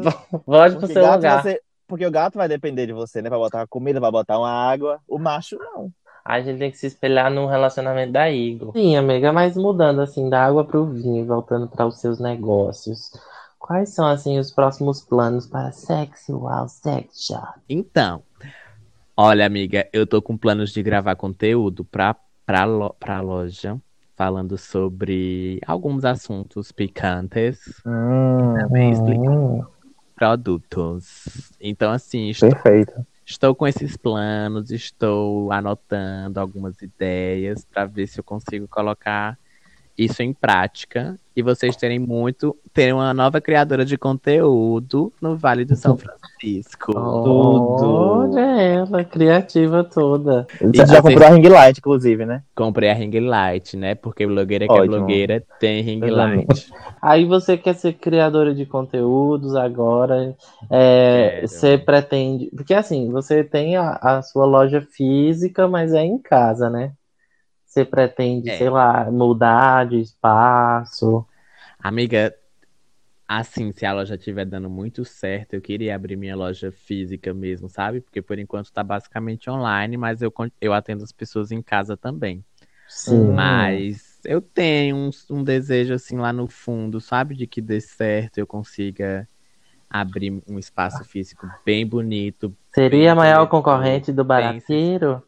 Speaker 2: Volte pro
Speaker 1: porque,
Speaker 2: seu
Speaker 1: gato
Speaker 2: lugar.
Speaker 1: vai ser- porque o gato vai depender de você, né? Pra botar uma comida, pra botar uma água. O macho, não.
Speaker 2: A gente tem que se espelhar no relacionamento da Igor. Sim, amiga, mas mudando assim, da água pro vinho, voltando para os seus negócios. Quais são, assim, os próximos planos para Sexual Sex Shop?
Speaker 3: Então, olha, amiga, eu tô com planos de gravar conteúdo pra, pra, lo, pra loja, falando sobre alguns assuntos picantes, Também explica.
Speaker 1: Hum,
Speaker 3: produtos. Então, assim, estou,
Speaker 1: perfeito.
Speaker 3: estou com esses planos, estou anotando algumas ideias pra ver se eu consigo colocar isso em prática e vocês terem muito, terem uma nova criadora de conteúdo no Vale do São Francisco.
Speaker 1: Oh. Tudo.
Speaker 2: Olha ela, criativa toda.
Speaker 1: Você já
Speaker 3: vocês-
Speaker 1: comprou a ring light, inclusive, né?
Speaker 3: Comprei a ring light, né? Porque blogueira que
Speaker 1: Ótimo.
Speaker 3: é blogueira tem ring
Speaker 1: Exatamente.
Speaker 3: light.
Speaker 2: Aí você quer ser criadora de conteúdos agora, é,
Speaker 3: Quero.
Speaker 2: você pretende... Porque, assim, você tem a, a sua loja física, mas é em casa, né? Você pretende,
Speaker 3: É.
Speaker 2: sei lá, mudar de espaço...
Speaker 3: Amiga, assim, se a loja estiver dando muito certo, eu queria abrir minha loja física mesmo, sabe? Porque por enquanto tá basicamente online, mas eu, con- eu atendo as pessoas em casa também. Hum.
Speaker 2: Sim.
Speaker 3: Mas eu tenho um, um desejo assim lá no fundo, sabe? De que dê certo, eu consiga abrir um espaço físico bem bonito.
Speaker 2: Seria a maior
Speaker 3: Bem,
Speaker 2: concorrente
Speaker 3: um
Speaker 2: do Barateiro?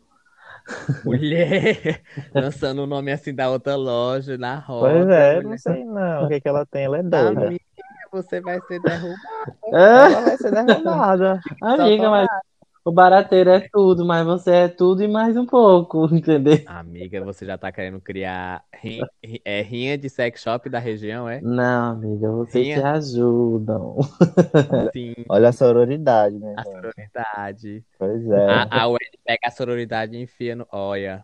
Speaker 3: Mulher! Lançando o nome assim da outra loja, na roda.
Speaker 1: Pois é, não
Speaker 3: mulher.
Speaker 1: sei não. O que, que ela tem? Ela é
Speaker 2: Tá
Speaker 1: doida.
Speaker 3: Amiga, você vai ser derrubada.
Speaker 2: É,
Speaker 1: Ela vai ser derrubada.
Speaker 3: um
Speaker 2: amiga, mas o Barateiro é tudo, mas você é tudo e mais um pouco, entendeu?
Speaker 3: Amiga, você já tá querendo criar rin- ri- é, rinha de sex shop da região, é?
Speaker 2: Não, amiga, vocês
Speaker 3: Sim. é.
Speaker 2: te ajudam.
Speaker 3: Sim,
Speaker 1: Olha a sororidade, né?
Speaker 3: a
Speaker 1: gente?
Speaker 3: sororidade.
Speaker 1: Pois é.
Speaker 3: A, a Wendy pega a sororidade e enfia no. Olha.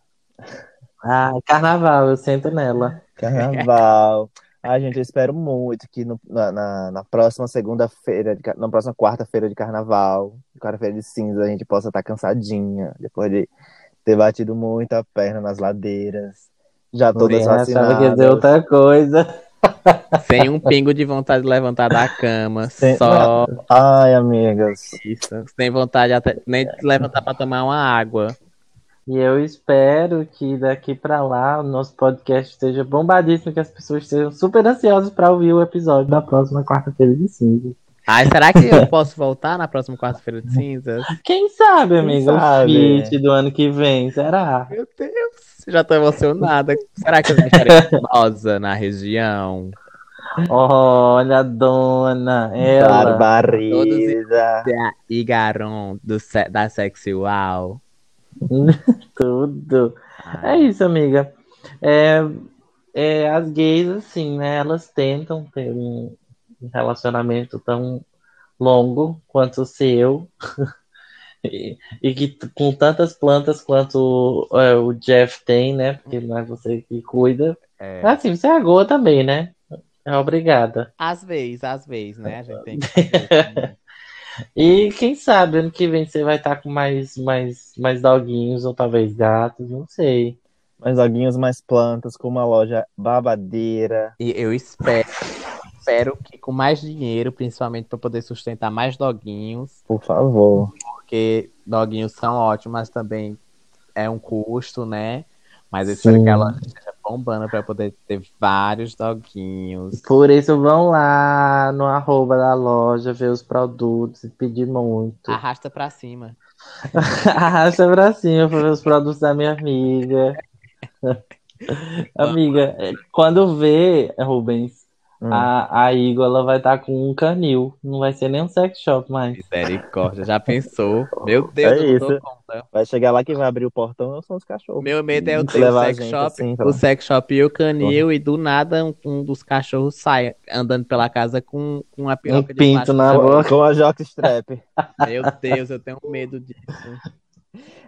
Speaker 2: Ah, carnaval, eu sento nela.
Speaker 1: Carnaval. Ai, gente, eu espero muito que no- na, na- na próxima segunda-feira, de ca- na próxima quarta-feira de carnaval, quarta-feira de cinza, a gente possa estar cansadinha, depois de ter batido muito a perna nas ladeiras, já todas
Speaker 2: Mulher, achava né? que ia dizer
Speaker 1: vacinadas.
Speaker 2: outra coisa.
Speaker 3: Sem um pingo de vontade de levantar da cama.
Speaker 1: Sem-
Speaker 3: Só
Speaker 1: Ai, amigas.
Speaker 3: isso. Sem vontade até nem de se levantar pra tomar uma água.
Speaker 2: E eu espero que daqui pra lá o nosso podcast esteja bombadíssimo, que as pessoas estejam super ansiosas pra ouvir o episódio da próxima quarta-feira de cinza.
Speaker 3: Ai, será que eu posso voltar na próxima quarta-feira de cinzas?
Speaker 2: Quem sabe, amiga,
Speaker 1: sabe?
Speaker 2: o feat do ano que vem, será?
Speaker 3: Meu Deus, já tô emocionada. Será que eu não estarei famosa na região?
Speaker 2: Olha, a dona, ela.
Speaker 1: Barbariza.
Speaker 3: E Garon do, se- da Sexual.
Speaker 2: Tudo.
Speaker 3: Ai.
Speaker 2: É isso, amiga. É, é, as gays, assim, né? Elas tentam ter um relacionamento tão longo quanto o seu. E, e que t- com tantas plantas quanto é, o Jeff tem, né? Porque não é você que cuida.
Speaker 3: É.
Speaker 2: Assim, você é a goa também, né? É obrigada.
Speaker 3: Às vezes, às vezes, né? A gente tem que fazer isso.
Speaker 2: E quem sabe ano que vem você vai estar com mais, mais, mais doguinhos ou talvez gatos, não sei.
Speaker 1: Mais alguinhos, mais plantas, com uma loja babadeira.
Speaker 3: E eu espero, espero que com mais dinheiro, principalmente para poder sustentar mais doguinhos,
Speaker 1: Por favor.
Speaker 3: porque doguinhos são ótimos, mas também é um custo, né? Mas eu espero que a loja esteja bombando para poder ter vários doguinhos.
Speaker 2: Por isso vão lá no arroba da loja ver os produtos e pedir muito.
Speaker 3: Arrasta para cima.
Speaker 2: Arrasta pra cima pra ver os produtos da minha amiga. amiga, quando vê, Rubens,
Speaker 1: Hum.
Speaker 2: a, a Igor ela vai estar com um canil. Não vai ser nem um sex shop mais.
Speaker 3: Misericórdia, já pensou? Meu Deus,
Speaker 1: É
Speaker 3: eu não dou
Speaker 1: isso.
Speaker 3: conta.
Speaker 1: Vai chegar lá, quem vai abrir o portão são os cachorros.
Speaker 3: Meu medo é eu
Speaker 1: Tem que
Speaker 3: ter o
Speaker 1: levar a
Speaker 3: sex
Speaker 1: gente
Speaker 3: shop,
Speaker 1: assim pra
Speaker 3: o
Speaker 1: lá.
Speaker 3: sex shop e o canil, e do nada um, um dos cachorros sai andando pela casa com, com uma piroca de
Speaker 2: pinto
Speaker 3: plástico.
Speaker 2: na
Speaker 3: boca.
Speaker 2: boca.
Speaker 1: Com a jockstrap.
Speaker 3: Meu Deus, eu tenho medo disso.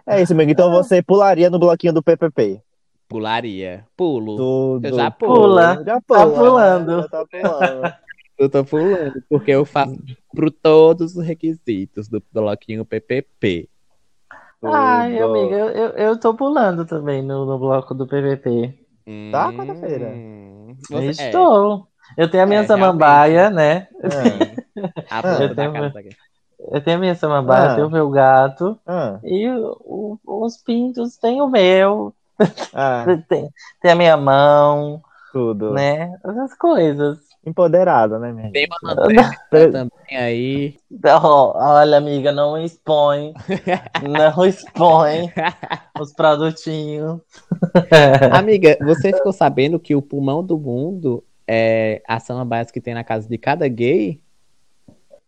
Speaker 1: É isso, amigo.
Speaker 2: Ah.
Speaker 1: Então você pularia no bloquinho do PPP.
Speaker 3: Pularia. Pulo.
Speaker 1: Tudo.
Speaker 3: Eu já pulo.
Speaker 2: Pula.
Speaker 1: Já
Speaker 2: Tá pulando.
Speaker 1: Já tá pulando.
Speaker 3: Eu tô pulando, porque eu faço pro todos os requisitos do bloquinho PPP.
Speaker 2: Ai,
Speaker 1: Tudo.
Speaker 2: amiga, eu, eu, eu tô pulando também no, no bloco do PVP.
Speaker 1: Tá, quarta-feira?
Speaker 3: Hum, você- é,
Speaker 2: Estou. Eu tenho a minha
Speaker 3: É,
Speaker 2: samambaia, né?
Speaker 1: É.
Speaker 3: a planta
Speaker 1: Eu
Speaker 3: da
Speaker 2: tenho-
Speaker 3: casa.
Speaker 2: Eu tenho a minha samambaia,
Speaker 1: Ah.
Speaker 2: tenho o meu gato.
Speaker 1: Ah,
Speaker 2: E o- o- os pintos tem o meu,
Speaker 1: ah,
Speaker 2: tem, tem a minha mão,
Speaker 1: tudo.
Speaker 2: né? Essas coisas.
Speaker 1: empoderada, né, minha gente?
Speaker 3: Tem uma lanterna também aí.
Speaker 2: Não, olha, amiga, não expõe. não expõe os produtinhos.
Speaker 3: Amiga, você ficou sabendo que o pulmão do mundo é a samambaia que tem na casa de cada gay?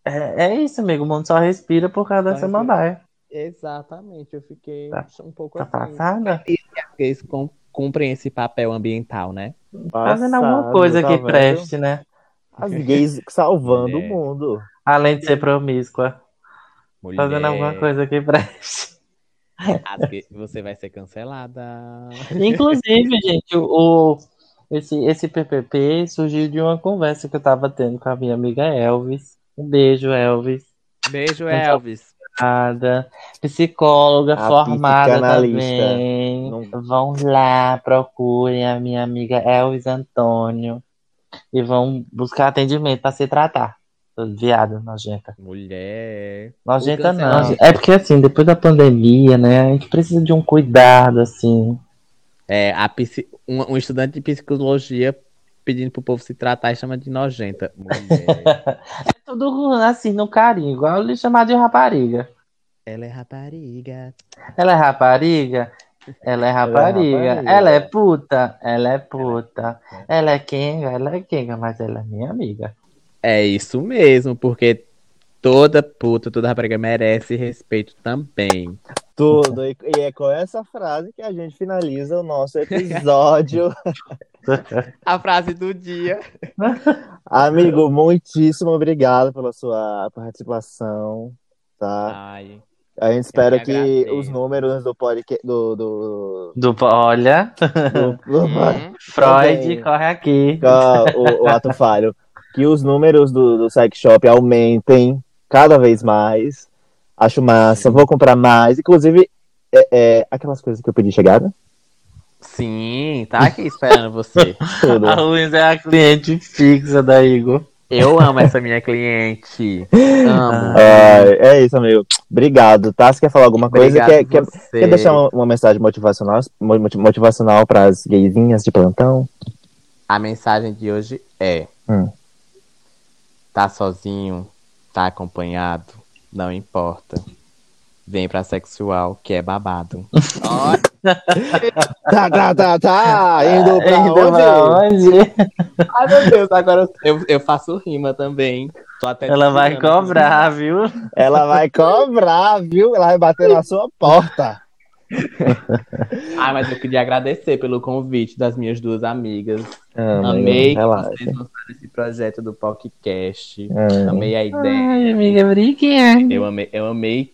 Speaker 2: É, é isso, amigo. O mundo só respira por causa
Speaker 3: Só
Speaker 2: dessa Tá
Speaker 3: respira.
Speaker 2: mambaia.
Speaker 3: Exatamente, eu fiquei
Speaker 2: Tá.
Speaker 3: um pouco
Speaker 2: Tá passada?
Speaker 3: E as gays com- cumprem esse papel ambiental, né?
Speaker 2: Fazendo alguma
Speaker 1: Passado,
Speaker 2: coisa
Speaker 1: tá
Speaker 2: que
Speaker 1: vendo?
Speaker 2: preste, né?
Speaker 1: As gays salvando
Speaker 3: É.
Speaker 1: o mundo.
Speaker 2: Além de ser promíscua. Fazendo
Speaker 1: É.
Speaker 3: Mulher,
Speaker 2: Tá alguma coisa que preste.
Speaker 3: as gays- você vai ser cancelada.
Speaker 2: Inclusive, gente, o, o- esse, esse PPP surgiu de uma conversa que eu tava tendo com a minha amiga Elvis. Um beijo, Elvis.
Speaker 3: Beijo, Elvis.
Speaker 2: Nada. Psicóloga
Speaker 1: A
Speaker 2: formada
Speaker 1: psicanalista.
Speaker 2: também.
Speaker 1: Não-
Speaker 2: Vão lá, procurem a minha amiga Elvis Antônio e vão buscar atendimento para se tratar. Viado, nojenta.
Speaker 3: Mulher.
Speaker 2: Nojenta não.
Speaker 3: cancelamento.
Speaker 2: É porque assim, depois da pandemia, né, a gente precisa de um cuidado, assim.
Speaker 3: É, a psi- um, um estudante de psicologia pedindo pro povo se tratar e chama de nojenta. Mulher.
Speaker 2: Tudo assim, no carinho, igual ele chamar de rapariga.
Speaker 3: Ela é rapariga.
Speaker 2: Ela é rapariga? Ela é rapariga.
Speaker 1: rapariga.
Speaker 2: Ela é puta? Ela é puta. Ela é quenga? Ela é quenga, mas ela é minha amiga.
Speaker 3: É isso mesmo, porque toda puta, toda rapariga merece respeito também.
Speaker 1: Tudo. E, e é com essa frase que a gente finaliza o nosso episódio.
Speaker 3: A frase do dia.
Speaker 1: Amigo, muitíssimo obrigado pela sua participação. Tá?
Speaker 3: Ai.
Speaker 1: A gente espera
Speaker 3: que
Speaker 1: que,
Speaker 3: agradeço.
Speaker 1: os números do podcast. Do, do,
Speaker 2: Do, olha,
Speaker 1: do-
Speaker 3: Hum,
Speaker 2: Freud,
Speaker 1: Também.
Speaker 2: corre aqui.
Speaker 1: Ah, o, o ato falho. Que os números do, do sex shop aumentem cada vez mais. Acho massa, vou comprar mais. Inclusive, é, é, aquelas coisas que eu pedi chegada.
Speaker 3: Sim, tá aqui esperando você.
Speaker 1: Tudo.
Speaker 2: A Luiz é a cliente fixa da Igor.
Speaker 3: Eu amo essa minha cliente. Amo.
Speaker 1: Ai, é isso, amigo. Obrigado, tá? Você quer falar alguma coisa?
Speaker 3: Obrigado
Speaker 1: Quer, quer,
Speaker 3: você.
Speaker 1: é, quer deixar uma, uma mensagem motivacional, mo- moti- motivacional para as gayzinhas de plantão?
Speaker 3: A mensagem de hoje é:
Speaker 1: Hum.
Speaker 3: tá sozinho, tá acompanhado, não importa. Vem pra sexual que é babado. Ó,
Speaker 1: Tá, tá, tá, tá! Indo pra
Speaker 2: Indo
Speaker 1: onde?
Speaker 2: pra onde?
Speaker 3: Ai meu Deus, agora eu, eu faço rima também. Tô até
Speaker 2: Ela vai
Speaker 3: desligando.
Speaker 2: cobrar, viu?
Speaker 1: Ela vai cobrar, viu? Ela vai bater na sua porta.
Speaker 3: Ah, mas eu queria agradecer pelo convite das minhas duas amigas.
Speaker 1: Amo,
Speaker 3: Amei que
Speaker 1: Ah, relaxa.
Speaker 3: vocês lançaram esse projeto do podcast.
Speaker 1: Amo.
Speaker 3: Amei a ideia.
Speaker 2: Ai, amiga, obrigada.
Speaker 3: Eu amei, eu amei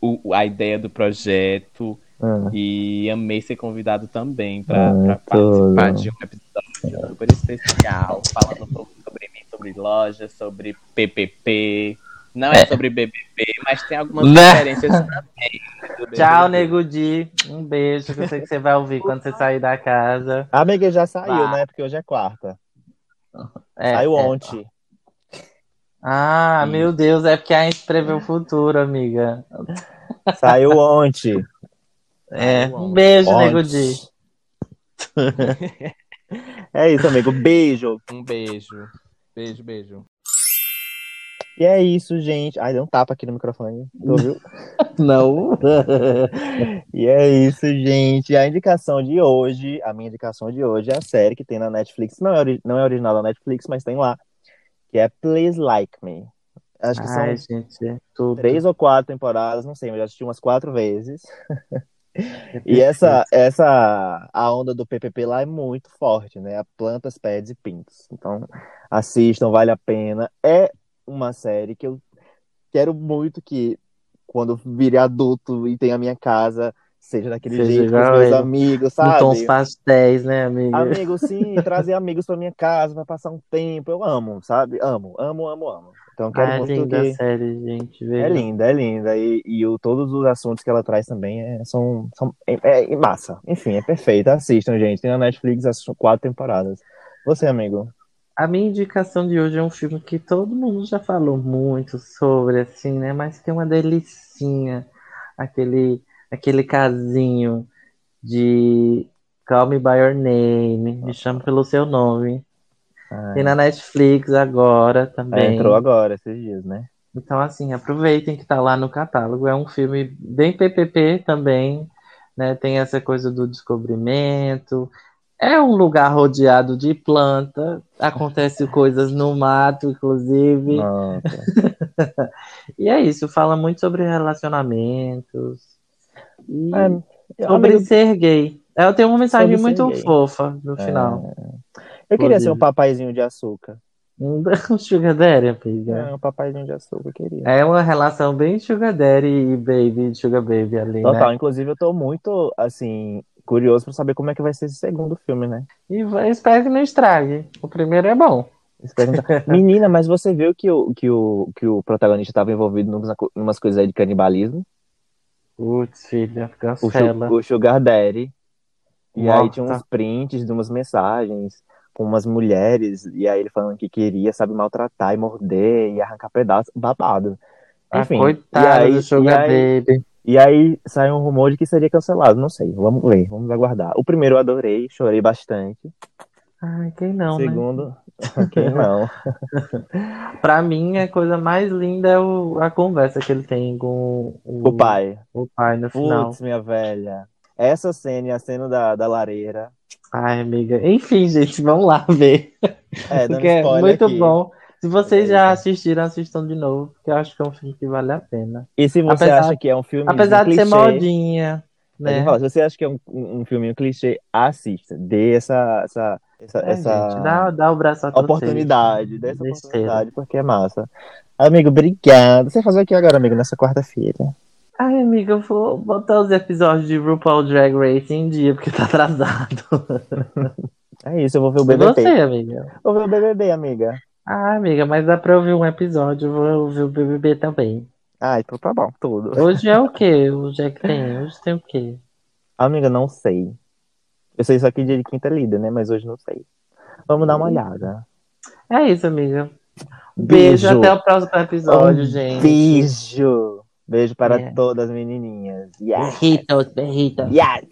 Speaker 3: o- a ideia do projeto
Speaker 1: Amo.
Speaker 3: e amei ser convidado também para
Speaker 1: Ah, tudo.
Speaker 3: participar de um episódio super especial, falando um pouco sobre mim, sobre loja, sobre PPP. Não é,
Speaker 2: É.
Speaker 3: sobre BBB, mas tem algumas
Speaker 2: Né?
Speaker 3: diferenças também. né, do
Speaker 2: Tchau,
Speaker 3: BBB.
Speaker 2: Nego Di. Um beijo, que eu sei que você vai ouvir quando você sair da casa.
Speaker 1: Amiga já saiu,
Speaker 3: Vai.
Speaker 1: né? Porque hoje é quarta.
Speaker 2: É,
Speaker 1: saiu
Speaker 2: é.
Speaker 1: ontem.
Speaker 2: Ah, meu Deus, é porque a gente prevê o futuro, amiga.
Speaker 1: Saiu ontem.
Speaker 2: É.
Speaker 3: Saiu
Speaker 2: Um beijo, Nego Di.
Speaker 1: Ontem. É isso, amigo. Beijo.
Speaker 3: Um beijo. Beijo, beijo.
Speaker 1: E é isso, gente. Ai, deu um tapa aqui no microfone. Tu ouviu?
Speaker 2: Não.
Speaker 1: E é isso, gente. A indicação de hoje, a minha indicação de hoje é a série que tem na Netflix. Não é, ori- não é original da Netflix, mas tem lá. Que é Please Like Me. Acho que
Speaker 2: Ai,
Speaker 1: são
Speaker 2: gente, é tudo.
Speaker 1: três ou quatro temporadas, não sei, mas eu já assisti umas quatro vezes. E essa, essa a onda do PPP lá é muito forte, né? A plantas, pads e pintos. Então, assistam, vale a pena. É uma série que eu quero muito que, quando eu vire adulto e tenha a minha casa, seja daquele
Speaker 2: Seja
Speaker 1: jeito, com os
Speaker 2: igual
Speaker 1: meus
Speaker 2: ele.
Speaker 1: amigos,
Speaker 2: No tom os
Speaker 1: sabe?
Speaker 2: pastéis, né, amiga?
Speaker 1: Amigo, sim, trazer amigos pra minha casa, vai passar um tempo. Eu amo, sabe? Amo, amo, amo, amo. Então, eu quero
Speaker 2: Ai, é
Speaker 1: muito
Speaker 2: linda
Speaker 1: que.
Speaker 2: a série, gente.
Speaker 1: É
Speaker 2: veja.
Speaker 1: linda, é linda. E, e o, todos os assuntos que ela traz também é- são, são é, é massa. Enfim, é perfeita. Assistam, gente. Tem na Netflix as quatro temporadas. Você, amigo?
Speaker 2: A minha indicação de hoje é um filme que todo mundo já falou muito sobre, assim, né? Mas tem uma delicinha. Aquele, aquele casinho de Call Me By Your Name, me chama pelo seu nome.
Speaker 1: Ai,
Speaker 2: Tem na Netflix agora também.
Speaker 1: Ah, É, entrou agora esses dias, né?
Speaker 2: Então, assim, aproveitem que tá lá no catálogo. É um filme bem PPP também, né? Tem essa coisa do descobrimento. É um lugar rodeado de planta. Acontece coisas no mato, inclusive.
Speaker 1: Nossa.
Speaker 2: E é isso. Fala muito sobre relacionamentos. E
Speaker 1: É,
Speaker 2: sobre
Speaker 1: amigo,
Speaker 2: ser gay. Ela tem uma mensagem
Speaker 1: ser
Speaker 2: muito
Speaker 1: gay. É.
Speaker 2: fofa no final.
Speaker 1: eu queria ser um
Speaker 2: Inclusive.
Speaker 1: papaizinho de açúcar.
Speaker 2: Um sugar daddy, amiga.
Speaker 1: É, um papaizinho de açúcar, eu queria.
Speaker 2: É uma relação bem sugar daddy e baby, sugar baby ali, né?
Speaker 1: Total, inclusive eu tô muito, assim, curioso pra saber como é que vai ser esse segundo filme, né?
Speaker 2: E vai- espero que não estrague. O primeiro é bom.
Speaker 1: Eles perguntam, Menina, mas você viu que o, que o, que o protagonista estava envolvido numas, co- numas coisas aí de canibalismo?
Speaker 2: Putz, filha,
Speaker 1: O, su-
Speaker 2: cancela.
Speaker 1: o Sugar Daddy. E aí
Speaker 2: Nossa.
Speaker 1: tinha uns prints de umas mensagens com umas mulheres, e aí ele falando que queria, sabe, maltratar e morder e arrancar pedaços, babado.
Speaker 2: Ah,
Speaker 1: Enfim,
Speaker 2: coitado
Speaker 1: e aí,
Speaker 2: do é Sugar
Speaker 1: e aí,
Speaker 2: Baby.
Speaker 1: e aí sai um rumor de que seria cancelado, não sei, vamos ver, vamos aguardar. O primeiro eu adorei, chorei bastante.
Speaker 2: Ai, quem não, né?
Speaker 1: Segundo, quem não?
Speaker 2: Pra mim, a coisa mais linda é o- a conversa que ele tem com o,
Speaker 1: O pai.
Speaker 2: o pai no final.
Speaker 1: Putz, minha velha. Essa cena e a cena da, da lareira.
Speaker 2: Ai, amiga. Enfim, gente, vamos lá ver.
Speaker 1: É, dando
Speaker 2: Porque é
Speaker 1: spoiler
Speaker 2: muito
Speaker 1: aqui.
Speaker 2: bom. Se vocês
Speaker 1: Beleza.
Speaker 2: já assistiram, assistam de novo, porque eu acho que é um filme que vale a pena.
Speaker 1: E se você
Speaker 2: Apesar-
Speaker 1: acha que é um filme
Speaker 2: Apesar de
Speaker 1: clichê,
Speaker 2: ser modinha,
Speaker 1: eu vou
Speaker 2: né?
Speaker 1: falar, se você acha que é um, um filminho clichê, assista. Dê essa, essa, essa,
Speaker 2: É,
Speaker 1: essa
Speaker 2: gente, dá, dá o braço a torcer.
Speaker 1: oportunidade. Dê essa
Speaker 2: Besteira.
Speaker 1: oportunidade, porque é massa. Amigo, obrigado. Você faz o que agora, amigo, nessa quarta-feira?
Speaker 2: Ai, amiga, eu vou botar os episódios de RuPaul Drag Race em dia, porque tá atrasado.
Speaker 1: É isso, eu vou ver o
Speaker 2: E
Speaker 1: BBB.
Speaker 2: você, amiga?
Speaker 1: Vou ver o BBB, amiga.
Speaker 2: Ah, amiga, mas dá pra ouvir um episódio, eu vou ouvir o BBB também.
Speaker 1: Ai, então tá bom, tudo.
Speaker 2: Hoje é o quê? Hoje é que tem? Hoje tem o quê?
Speaker 1: Amiga, não sei. Eu sei só que dia de quinta é lida, né? Mas hoje não sei. Vamos
Speaker 2: Hum.
Speaker 1: dar uma olhada.
Speaker 2: É isso, amiga. Beijo, até o próximo episódio,
Speaker 1: Um
Speaker 2: gente.
Speaker 1: Beijo. Beijo para
Speaker 2: É.
Speaker 1: todas as menininhas. Yes.
Speaker 2: Berritos, berritos.
Speaker 1: Yes.